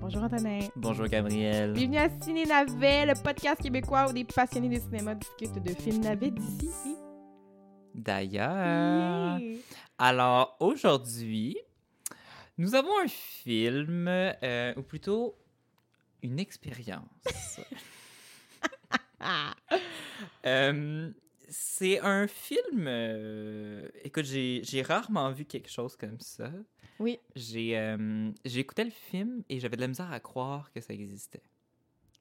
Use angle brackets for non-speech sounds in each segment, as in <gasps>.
Bonjour Antonin. Bonjour Gabriel. Bienvenue à Ciné Navet, le podcast québécois où des passionnés de cinéma discutent de films navets d'ici. D'ailleurs. Alors aujourd'hui, nous avons un film, euh, ou plutôt une expérience. Ah. Euh, c'est un film. euh, écoute, j'ai j'ai rarement vu quelque chose comme ça. Oui. J'ai euh, j'ai écouté le film et j'avais de la misère à croire que ça existait.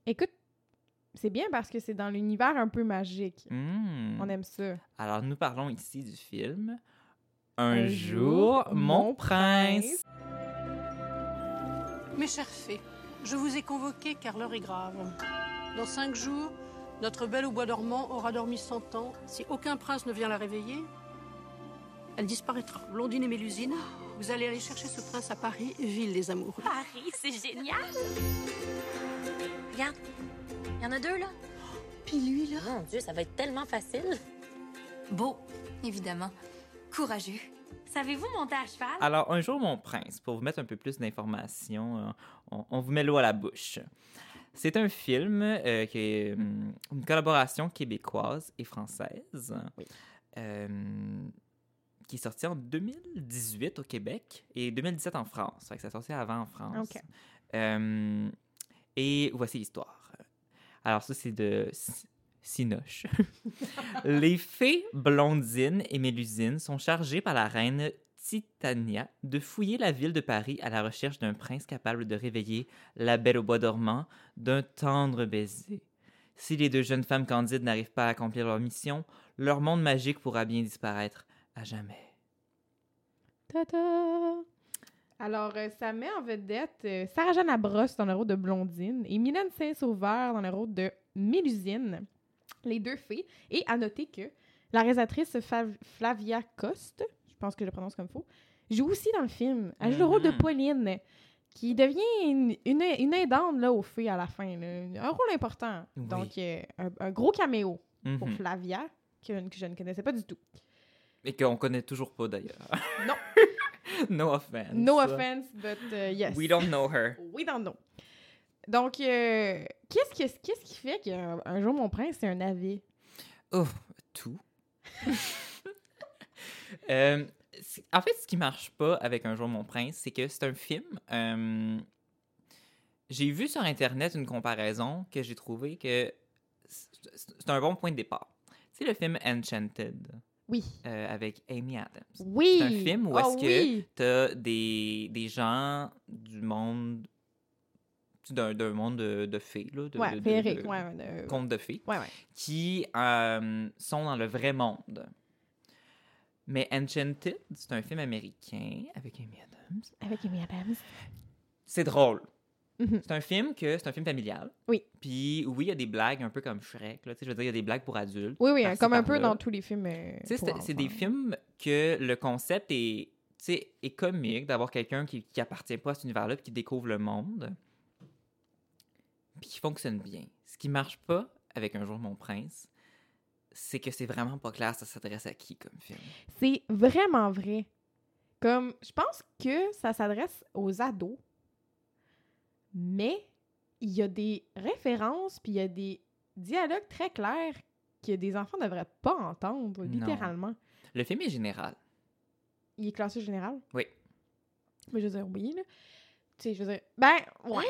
Écoute, c'est bien parce que c'est dans l'univers un peu magique. Hmm. On aime ça. Alors, nous parlons ici du film Un, Un jour, jour, mon mon prince. prince. Mes chers fées, je vous ai convoqués car l'heure est grave. Dans cinq jours, notre belle au bois dormant aura dormi cent ans. Si aucun prince ne vient la réveiller, elle disparaîtra. Blondine et Mélusine, vous allez aller chercher ce prince à Paris, ville des amoureux. Paris, c'est génial! Regarde, il y en a deux là. Puis lui, là Mon Dieu, ça va être tellement facile. Beau, évidemment. Courageux. Savez-vous monter à cheval? Alors, Un jour, mon prince, pour vous mettre un peu plus d'informations, euh, on, on vous met l'eau à la bouche. C'est un film euh, qui est hum, une collaboration québécoise et française euh, qui est sortie en 2018 au Québec et 2017 en France. Fait que ça sortait avant en France. Ok. Euh, et voici l'histoire. Alors, ça, c'est de Si- Sinoche. Les fées Blondine et Mélusine sont chargées par la reine Titania de fouiller la ville de Paris à la recherche d'un prince capable de réveiller la belle au bois dormant d'un tendre baiser. Si les deux jeunes femmes candides n'arrivent pas à accomplir leur mission, leur monde magique pourra bien disparaître à jamais. Ta-ta! Alors, euh, ça met en vedette euh, Sarah-Jeanne Labrosse dans le rôle de Blondine et Mylène Saint-Sauveur dans le rôle de Mélusine, les deux fées. Et à noter que la réalisatrice Fav- Flavia Coste, je pense que je le prononce comme faux, joue aussi dans le film. Elle joue le rôle de Mhm. Pauline, qui devient une, une, une aidante là, aux fées à la fin. là. Un rôle important. Oui. Donc, euh, un, un gros caméo pour Mhm. Flavia, que, que je ne connaissais pas du tout. Et qu'on connaît toujours pas d'ailleurs. Non. <laughs> no offense. No offense, but euh, yes. We don't know her. Oui, dans le nom. Donc, euh, qu'est-ce, que- qu'est-ce qui fait qu'un un jour, mon prince, c'est un navet? Oh, tout. <laughs> Euh, c- en fait, ce qui marche pas avec Un jour mon prince, c'est que c'est un film. euh, j'ai vu sur internet une comparaison que j'ai trouvé que c- c- c'est un bon point de départ. C'est le film Enchanted Oui. euh, avec Amy Adams. Oui! C'est un film où Ah est-ce que- oui! T'as des, des gens du monde d'un d'un monde de, de fées là, de, ouais, de- de- féerique, de- ouais, ouais, de- contes de fées ouais, ouais. qui euh, sont dans le vrai monde. Mais Enchanted, c'est un film américain avec Amy Adams. Avec Amy Adams. C'est drôle. Mhm. C'est un film que c'est un film familial. Oui. Puis Puis oui, il y a des blagues un peu comme Shrek. Là, tu sais, je veux dire, il y a des blagues pour adultes. Oui, oui, hein, Par-ci, comme un peu par-là. dans tous les films. euh, Tu sais, pour c'est- c'est enfants. des films que le concept est, tu sais, est comique d'avoir quelqu'un qui, qui appartient pas à cet univers-là puis qui découvre le monde. Puis qui fonctionne bien. Ce qui marche pas avec Un jour mon prince, c'est que c'est vraiment pas clair ça s'adresse à qui comme film. C'est vraiment vrai. Comme, je pense que ça s'adresse aux ados, mais il y a des références, puis il y a des dialogues très clairs que des enfants ne devraient pas entendre, Non. littéralement. Le film est général. Il est classé général? Oui. Mais je veux dire, oui, là. Tu sais, je veux dire, ben, ouais.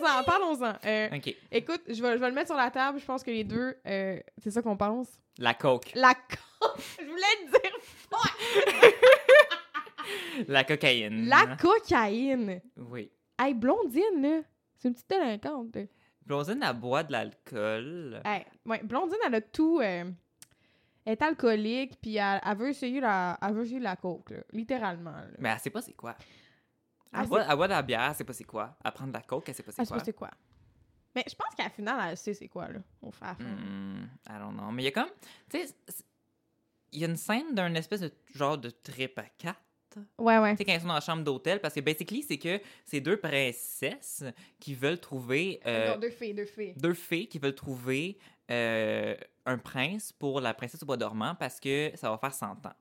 parlons-en, parlons-en. Euh, OK. écoute, je vais, je vais le mettre sur la table. Je pense que les deux, euh, c'est ça qu'on pense. La coke. La co- <laughs> Je voulais le dire. La cocaïne. Hein? La cocaïne. Oui. Hey, Blondine, là. C'est une petite délinquante. là. Blondine, elle boit de l'alcool. Hey, ouais, Blondine, elle a tout. euh, elle est alcoolique, puis elle, elle veut essayer la, elle veut essayer la coke, là, littéralement. là. Mais elle sait pas c'est quoi. Elle Elle, sait- boit, elle boit de la bière, elle sait pas c'est quoi. Elle prend de la coke, elle sait pas c'est Elle sait quoi. pas Ah, c'est quoi. Mais je pense qu'à la finale, elle sait c'est quoi, là. Au hein. fait, à la fin. Hmm, I don't know. Mais il y a comme. Tu sais, c'est- il y a une scène d'un espèce de genre de trip à quatre. Ouais, ouais. Tu sais, quand ils sont dans la chambre d'hôtel, parce que basically, c'est que ces deux princesses qui veulent trouver. euh, Non, deux filles, deux filles. deux fées qui veulent trouver euh, un prince pour la princesse au bois dormant parce que ça va faire 100 ans.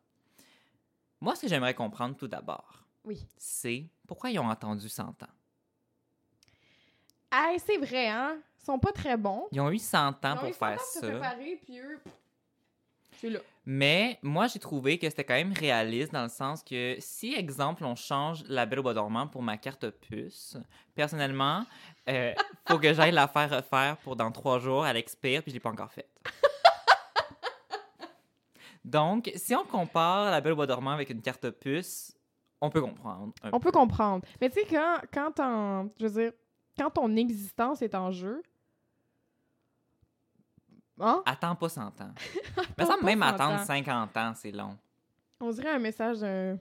Moi, ce que j'aimerais comprendre tout d'abord, Oui. c'est pourquoi ils ont attendu 100 ans. Ah, c'est vrai, hein? Ils sont pas très bons. Ils ont eu 100 ans Ils ont eu 100 pour ans faire se ça. préparer, puis eux, pff, c'est là. Mais moi, j'ai trouvé que c'était quand même réaliste dans le sens que si, exemple, on change la Belle au Bois dormant pour ma carte puce, personnellement, euh, faut que j'aille la faire refaire pour dans trois jours, elle expire, puis je l'ai pas encore faite. Donc, si on compare la Belle au Bois dormant avec une carte puce, on peut comprendre. un On peu. peut comprendre. Mais tu sais, quand, quand en- je veux dire, quand ton existence est en jeu, hein? Attends <laughs> pas 100 ans. Mais ça, pas même 100 attendre ans. 50 ans, c'est long. On dirait un message d'un,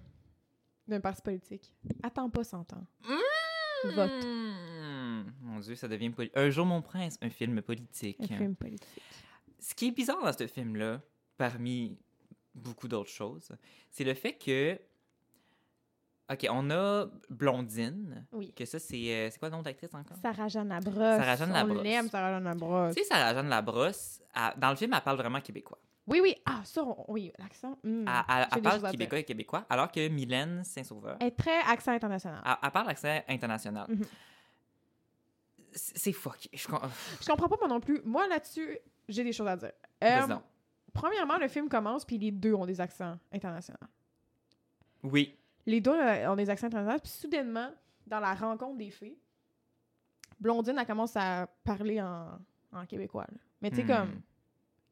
d'un parti politique. Attends pas 100 ans. Mm! Vote. Hmm, Mon Dieu, ça devient poli- Un jour, mon prince, un film politique. Hum. Un film politique. Ce qui est bizarre dans ce film-là, parmi beaucoup d'autres choses, c'est le fait que. Ok, on a Blondine, Oui. que ça, c'est. euh, C'est quoi le nom d'actrice encore? Sarah Jeanne Labrosse. Sarah Jeanne On Labrosse. l'aime, Sarah Jeanne Labrosse. Tu sais, Sarah-Jeanne Labrosse, elle- dans le film, elle parle vraiment québécois. Oui, oui. Ah, ça, on- oui, l'accent. hmm. Elle, elle- J'ai Eh. elle des choses à parle dire. québécois et québécois, alors que Mylène Saint-Sauveur, Elle est très accent international. elle, elle parle accent international. Mhm. C'est c'est fuck. Je com- Je comprends pas moi non plus. Moi, là-dessus, j'ai des choses à dire. Euh, Vas-y donc. premièrement, le film commence, puis les deux ont des accents internationaux. Oui. les deux euh, ont des accents internationaux. Puis soudainement, dans la rencontre des filles, Blondine, elle commence à parler en, en québécois. là. Mais tu sais, Hmm. comme,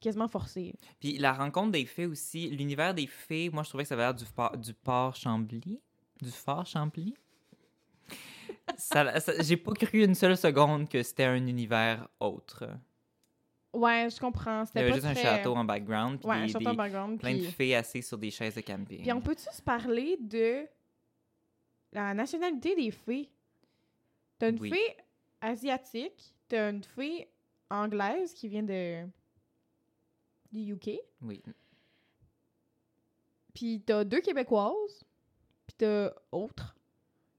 quasiment forcé. Puis la rencontre des fées aussi, l'univers des fées, moi je trouvais que ça avait l'air du, fort- du port Chambly. Du fort Chambly. Ça- ça- J'ai pas cru une seule seconde que c'était un univers autre. Ouais, je comprends. Il y C'était avait pas juste un très- château en background, puis Ouais, un des- château des- en background. plein de Puis, fées assises sur des chaises de camping. puis on peut-tu se parler de la nationalité des fées? T'as une Oui. fée asiatique, t'as une fée anglaise qui vient de... du UK. Oui. Puis t'as deux Québécoises, puis t'as autre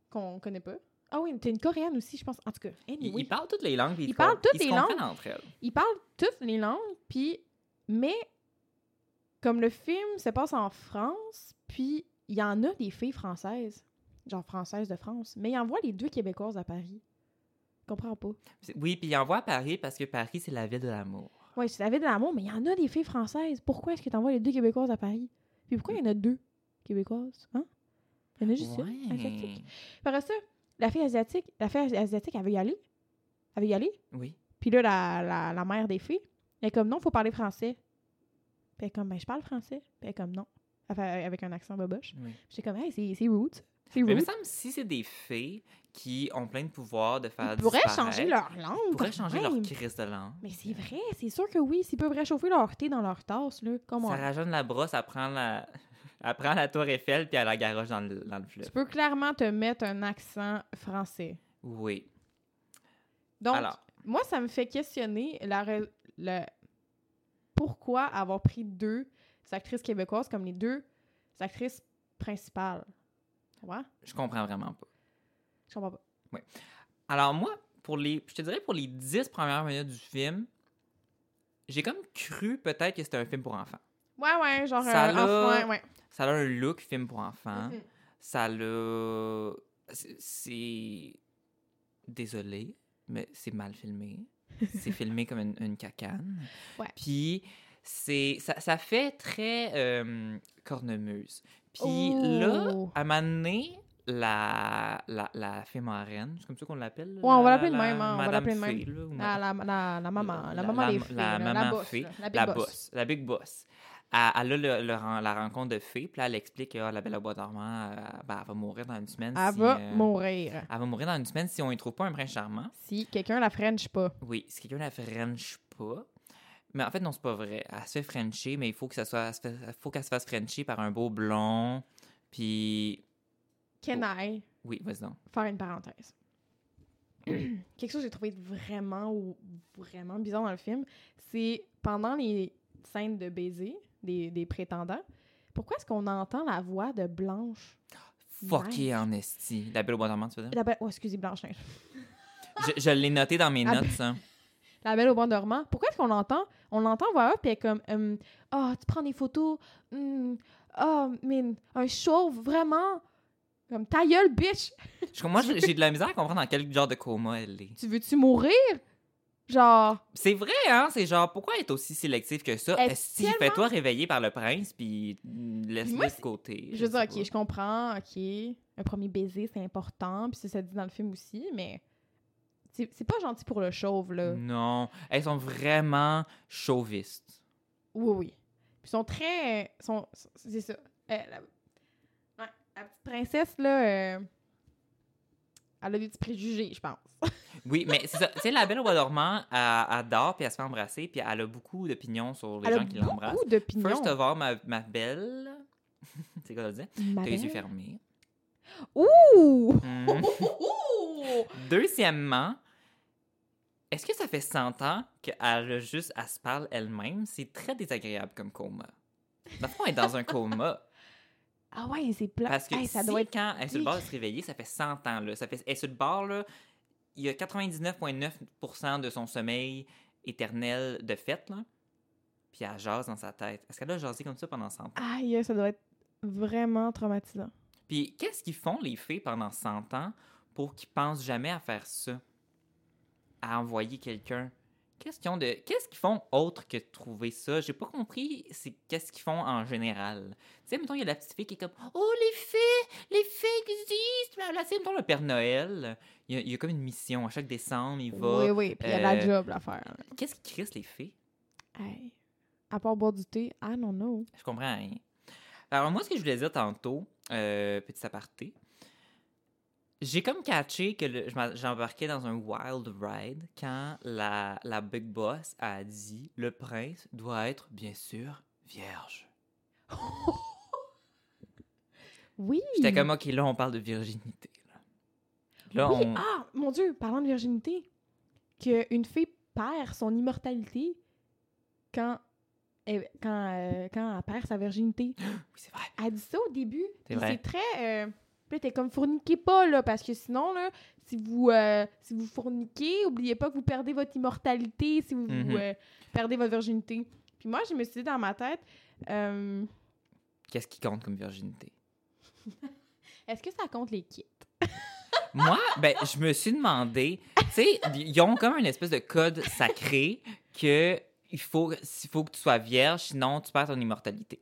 qu'on connaît pas. Ah oui, t'as une Coréenne aussi, je pense. En tout cas, Ils, anyway. ils parlent toutes les langues. puis Ils se com- parlent toutes se les comprennent langues. entre elles. ils parlent toutes les langues, puis mais comme le film se passe en France, puis il y en a des filles françaises, genre françaises de France, mais ils envoient les deux Québécoises à Paris. Je comprends pas. C'est- Oui, puis ils envoient à Paris parce que Paris, c'est la ville de l'amour. Ouais, tu savais de l'amour, mais il y en a des filles françaises. Pourquoi est-ce que t'envoies les deux Québécoises à Paris? Puis pourquoi il y en a deux Québécoises? Hein? Il y en a juste une, asiatique. Ouais. Après ça, la fille asiatique, la fille asiatique, elle veut y aller. Elle veut y aller. Oui. Puis là, la, la, la mère des filles, elle est comme non, faut parler français. Puis elle est comme, ben, je parle français. Puis elle est comme non. Elle fait- euh, avec un accent boboche. oui. J'étais comme, hey, c'est c'est rude. C'est Mais il me rude. semble si c'est des fées qui ont plein de pouvoir de faire Ils pourraient disparaître- changer leur langue. Ils pourraient quand changer même. leur crise de langue. Mais c'est vrai, c'est sûr que oui. S'ils peuvent réchauffer leur thé dans leur tasse, là, comment. Sarah Jeanne Labrosse, elle prend la, <laughs> elle prend la tour Eiffel puis elle la garoche dans le, dans le fleuve. Tu peux clairement te mettre un accent français. Oui. Donc, Alors, moi, ça me fait questionner la, ra- le- pourquoi avoir pris deux actrices québécoises comme les deux actrices principales. Ouais, je comprends vraiment pas. je comprends pas. Alors moi, pour les, je te dirais pour les 10 premières minutes du film, j'ai comme cru peut-être que c'était un film pour enfants. Ouais, ouais, genre Ça euh, l'a- enfant, ouais. Ça a un look film pour enfants. Mhm. Ça l'a... c'est- C'est... Désolé, mais c'est <laughs> mal filmé. c'est filmé comme une, une cacane. Ouais. Puis c'est ça, ça fait très euh, cornemuse. Puis Oh. là, à un moment donné, la, la, la fée marraine, c'est comme ça qu'on l'appelle? là, Ouais, on va la- l'appeler de la- même, hein, on va Madame l'appeler de même. Ah, Fée, là, ou La, madame- la, la, la maman, la, maman des filles, là, la la, maman boss, fée, là, la big la boss. boss, la big boss. Elle, elle a le- le ren- la rencontre de fée, puis là, elle explique que ah, la belle au bois dormant, euh, ben, elle va mourir dans une semaine. Elle si, va euh, mourir. Elle va mourir dans une semaine si on ne trouve pas un prince charmant. Si quelqu'un la french pas. Oui, si quelqu'un la French pas. Mais en fait, non, c'est pas vrai. Elle se fait Frencher, mais il faut que ça soit, elle se fait- il faut qu'elle se fasse Frencher par un beau blond. Puis, Can I oui, vas-y donc. faire une parenthèse? <clears throat> Quelque chose que j'ai trouvé vraiment, ou- vraiment bizarre dans le film, c'est pendant les scènes de baiser des, des prétendants, pourquoi est-ce qu'on entend la voix de Blanche? Fucké en esti. La belle au bois dormant, tu veux dire? La belle, oh, excusez, Blanche. Neige. Je, je l'ai noté dans mes Ah, notes, hein. ça. La belle au bon dormant. Pourquoi est-ce qu'on l'entend? On l'entend voix off, puis elle est comme Hum, Ah, tu prends des photos. hum, Ah, mais un chauve, vraiment. Comme ta gueule, bitch! Je- moi, j'ai j'ai de la misère à comprendre dans quel genre de coma elle est. Tu veux-tu mourir? Genre, C'est vrai, hein? C'est genre, pourquoi être aussi sélectif que ça? Elle est Si, tellement- fais-toi réveiller par le prince, puis mm, laisse-le moi, de côté. je veux dire, sais ok, je comprends, ok, un premier baiser, c'est important, puis ça, ça dit dans le film aussi, mais c'est c'est pas gentil pour le chauve, pas. là. Non, elles sont vraiment chauvistes. Oui, oui. Puis sont très. Sont, c'est ça. Euh, la, ouais, la petite princesse, là, euh, elle a des petits préjugés, je pense. Oui, mais c'est ça. Tu sais, la belle au bois dormant, elle adore, puis elle se fait embrasser, puis elle a beaucoup d'opinions sur les elle gens qui a l'embrassent. beaucoup d'opinions. First of all, ma, ma belle... <laughs> c'est quoi je dire? Ma T'as les yeux belle. fermés. Ouh! Hmm. Oh, oh, Mm. oh, oh! Deuxièmement, est-ce que ça fait 100 ans qu'elle a juste à se parle elle-même? C'est très désagréable comme coma. Dans le fond, elle est dans <laughs> un coma. <laughs> Ah ouais, c'est plat. Parce que Hey, ça si, doit être. quand elle est sur le bord de se réveiller, ça fait 100 ans. Là. Ça fait, elle est sur le bord, là, il y a 99,9% de son sommeil éternel de fait. Là, puis elle jase dans sa tête. Est-ce qu'elle a jasé comme ça pendant 100 ans? Aïe, ça doit être vraiment traumatisant. Puis qu'est-ce qu'ils font, les fées, pendant 100 ans pour qu'ils pensent jamais à faire ça? À envoyer quelqu'un? Qu'est-ce qu'ils ont de... Qu'est-ce qu'ils font autre que de trouver ça? J'ai pas compris c'est qu'est-ce qu'ils font en général. Tu sais, mettons, il y a la petite fille qui est comme « Oh, les fées! Les fées existent! » Là, tu sais, mettons, le Père Noël, il y, a, il y a comme une mission. À chaque décembre, il va... oui, oui, puis elle a la euh, job, l'affaire. Qu'est-ce qu'ils crissent, les fées? Hey. À part boire du thé, I don't <laughs> know. Je comprends rien. Alors, moi, ce que je voulais dire tantôt, euh, petit aparté, j'ai comme catché que le- je m'a- j'embarquais dans un wild ride quand la, la Big Boss a dit le prince doit être, bien sûr, vierge. Oui! J'étais comme, ok, là, on parle de virginité. Là, Là, Oui, on. Ah, mon Dieu, parlant de virginité, qu'une fille perd son immortalité quand elle, quand, euh, quand elle perd sa virginité. Oui, c'est vrai. Elle dit ça au début. C'est puis vrai. C'est très. Euh, puis là, t'es comme fourniquez pas, là, parce que sinon, là, si vous, euh, si vous fourniquez, oubliez pas que vous perdez votre immortalité si vous Mhm. euh, perdez votre virginité. Puis moi, je me suis dit dans ma tête, euh, Qu'est-ce qui compte comme virginité? est-ce que ça compte les kits? Moi, ben, je me suis demandé, tu sais, ils ont comme une espèce de code sacré que il faut, il faut que tu sois vierge, sinon tu perds ton immortalité.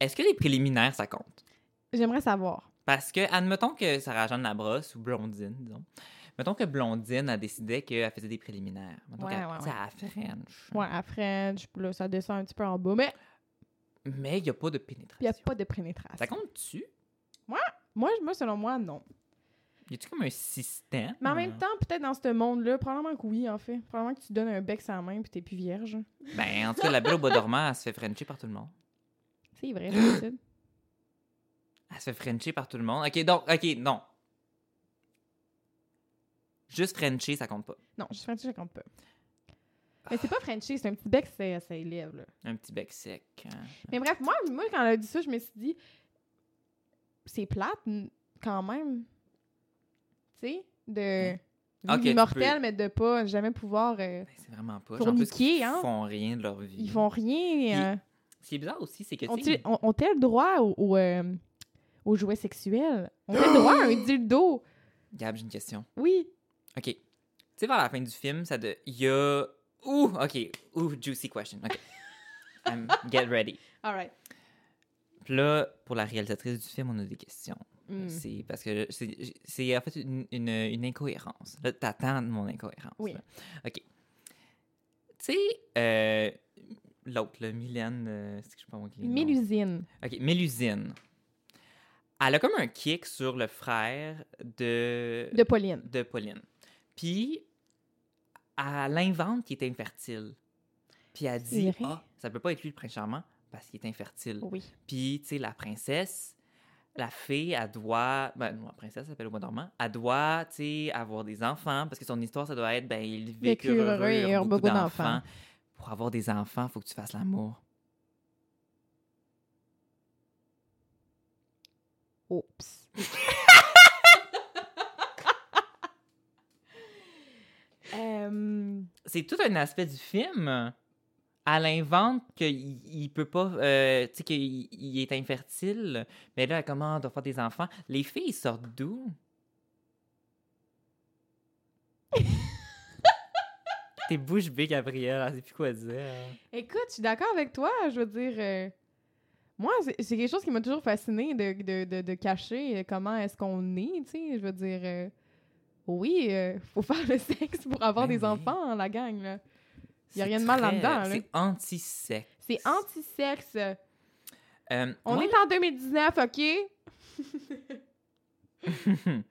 Est-ce que les préliminaires, ça compte? J'aimerais savoir. Parce que, admettons que Sarah Jeanne Labrosse ou Blondine, disons, mettons que Blondine a décidé qu'elle faisait des préliminaires. Mettons Ouais, qu'elle- ouais, tu sais, elle French. Ouais, à French, puis là, ça descend un petit peu en bas, mais Mais il n'y a pas de il n'y pénétration. a pas de prénétration. Ça compte-tu? Moi, je- moi, selon moi, non. Y a-tu comme un système? Mais en même temps, peut-être dans ce monde-là, probablement que oui, en fait. Probablement que tu donnes un bec sans main puis t'es plus vierge. Ben, en tout cas, la belle au bois dormant, elle se fait Frencher par tout le monde. C'est vrai, c'est possible. <laughs> Elle se fait frencher par tout le monde. OK, donc, OK, non. Juste frencher, ça compte pas. Non, je suis Frenchie, je compte pas. Mais c'est pas Frenchie, c'est un petit bec, ça, ça élève, là. Un petit bec sec. hein. Mais bref, moi, moi, quand elle a dit ça, je me suis dit, c'est plate, n- quand même. Tu sais, de. Ok, vivre tu immortel, peux. mais de pas jamais pouvoir. euh, Ben, c'est vraiment pas. Pour En plus, niquer, ils hein. font rien de leur vie. ils font rien. euh, Ce qui est bizarre aussi, c'est que, on ben, tu sais, t'a- on- on-t-elle le droit au, au, euh, aux jouets sexuels? <gasps> On-t-elle le droit à un dildo? Gab, j'ai une question. Oui. OK. Tu sais, vers la fin du film, ça de... Il y a... Ouh, OK. Ouh, juicy question. <laughs> OK. Um, get ready. All right. Puis là, pour la réalisatrice du film, on a des questions. Mm. C'est parce que c'est- c'est en fait une, une- une incohérence. Là, t'attends de mon incohérence. Oui. là. OK. Tu sais, euh, l'autre, là, Mylène, euh, c'est que je sais pas moi qui est le nom. Mélusine. OK, Mélusine. Elle a comme un kick sur le frère de, De Pauline. de Pauline. Puis, elle invente qu'il est infertile. Puis elle C'est dit, vrai. ah, ça peut pas être lui le prince charmant parce qu'il est infertile. Oui. Puis, tu sais, la princesse, la fée, elle doit. Ben, non, la princesse elle s'appelle au bois dormant. Elle doit, tu sais, avoir des enfants parce que son histoire, ça doit être, ben, ils vécurent Vécurent heureux et eurent beaucoup d'enfants. d'enfants. Pour avoir des enfants, faut que tu fasses l'amour. <laughs> Oups. Euh, Euh, C'est tout un aspect du film. elle invente qu'il il peut pas, euh, tu sais, qu'il il est infertile, mais là, elle commande à faire des enfants. Les filles, sortent d'où? <laughs> T'es bouche bée, Gabrielle, elle sait plus quoi dire. Écoute, je suis d'accord avec toi. Je veux dire, euh, moi, c'est c'est quelque chose qui m'a toujours fasciné de, de, de, de cacher euh, comment est-ce qu'on est, tu sais. Je veux dire, euh, oui, euh, faut <laughs> faire le sexe pour avoir Ben des oui. enfants, la gang, là. Y a C'est rien de mal très- là-dedans, là. C'est anti-sexe. C'est anti-sexe. Euh, On moi, est en 2019, OK? Mhm.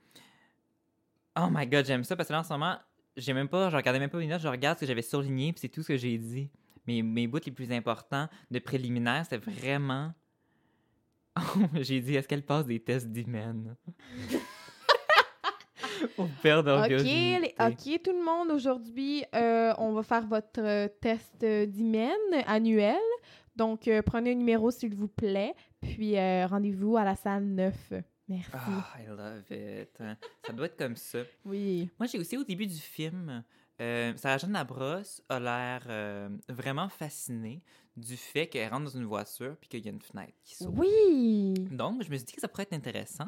oh my god, j'aime ça parce que là en ce moment, j'ai même pas, je regardais même pas mes notes, je regarde ce que j'avais surligné, puis c'est tout ce que j'ai dit. Mes, mes bouts les plus importants de préliminaire, c'est vraiment. <laughs> Oh, j'ai dit, est-ce qu'elle passe des tests d'hymen? <laughs> Pour perdre OK, d'orgueil. les- OK, tout le monde, aujourd'hui, euh, on va faire votre euh, test euh, d'hymen annuel. Donc, euh, prenez un numéro, s'il vous plaît. Puis, euh, rendez-vous à la salle 9. Merci. Ah, I love it. Ça doit être comme ça. Oui. Moi, j'ai aussi au début du film, euh, Sarah Jeanne Labrosse a l'air euh, vraiment fascinée du fait qu'elle rentre dans une voiture puis qu'il y a une fenêtre qui s'ouvre. Oui! Donc, je me suis dit que ça pourrait être intéressant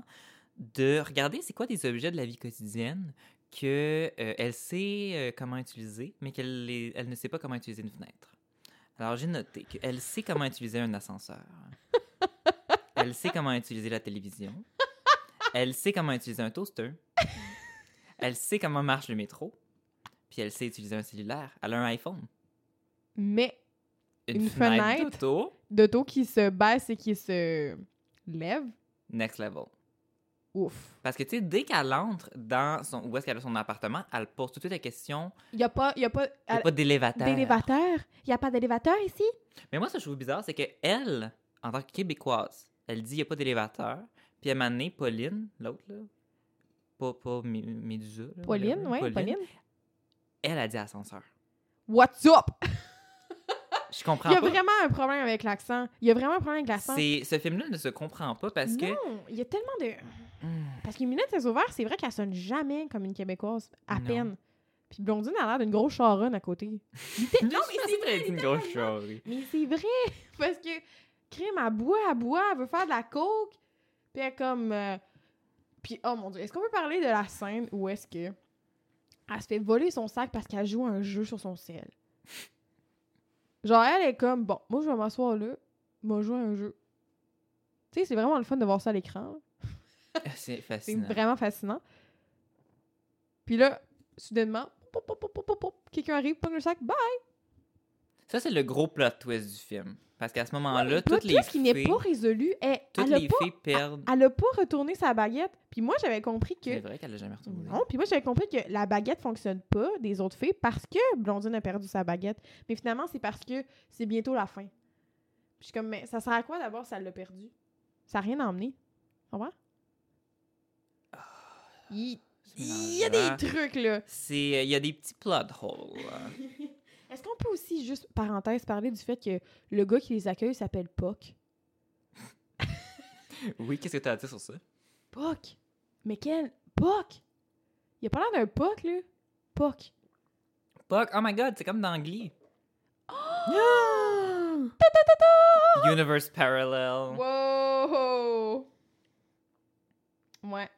de regarder c'est quoi des objets de la vie quotidienne que euh, elle sait euh, comment utiliser, mais qu'elle les- elle ne sait pas comment utiliser une fenêtre. Alors, j'ai noté qu'elle sait comment utiliser un ascenseur. Elle sait comment utiliser la télévision. Elle sait comment utiliser un toaster. Elle sait comment marche le métro. Puis elle sait utiliser un cellulaire. Elle a un iPhone. Mais Une, Une fenêtre, fenêtre. d'auto. de taux qui se baisse et qui se lève, Next level. ouf. Parce que, tu sais, dès qu'elle entre dans son... où est-ce qu'elle a son appartement, elle pose tout de suite la question Il n'y a pas, y a pas, il n'y a à- pas d'élévateur. d'élévateur. Il n'y a pas d'élévateur ici? Mais moi, ce que je trouve bizarre, c'est qu'elle, en tant que Québécoise, elle dit il n'y a pas d'élévateur. Puis à un moment donné, Pauline, l'autre, là, pas, pas Mé- Médusa. là, Pauline, whatever, oui, Pauline. Elle a dit ascenseur. What's up? Je Il y a comprends pas. vraiment un problème avec l'accent. Il y a vraiment un problème avec l'accent. C'est Ce film-là ne se comprend pas parce que. Non, il y a tellement de... Hmm, Parce que Minette Saint-Sauveur, c'est vrai qu'elle sonne jamais comme une Québécoise, à Non. peine. Puis Blondine a l'air d'une grosse charonne à côté. Litté- non, mais c'est vrai, c'est une grosse chose. Mais c'est vrai! Parce que Crime, à boit, à boit, elle veut faire de la coke. Puis elle est comme. euh, Puis oh mon dieu, est-ce qu'on peut parler de la scène où est-ce que. Elle se fait voler son sac parce qu'elle joue à un jeu sur son ciel? Genre, elle est comme, bon, moi je vais m'asseoir là, moi jouer à un jeu. Tu sais, c'est vraiment le fun de voir ça à l'écran. là. Ah, C'est C'est fascinant. vraiment fascinant. Puis là, soudainement, pop, pop, pop, pop, pop, pop, quelqu'un arrive, prend le sac, bye! Ça, c'est le gros plot twist du film. Parce qu'à ce moment-là, Le toutes plot les twist qui n'est filles- pas résolu, elle, toutes elle a les pas filles perdent. elle a pas retourné sa baguette. Puis moi, j'avais compris C'est que. vrai qu'elle l'a jamais retourné. Non, puis moi, j'avais compris que la baguette fonctionne pas des autres filles parce que Blondine a perdu sa baguette. Mais finalement, c'est parce que c'est bientôt la fin. Puis je suis comme, mais ça sert à quoi d'abord si elle l'a perdu? Ça n'a rien emmené. Au revoir. Il Ah, C'est il y a des mélangeant. trucs, là. C'est, euh, il y a des petits plot holes. Est-ce qu'on peut aussi, juste parenthèse, parler du fait que le gars qui les accueille s'appelle Puck? <laughs> oui, qu'est-ce que t'as à dire sur ça? Puck! Mais quel Puck? Il a pas l'air d'un Puck, là. Puck. Puck, oh my god, c'est comme dans Glee. Ah! Universe Parallel. Wow! Ouais.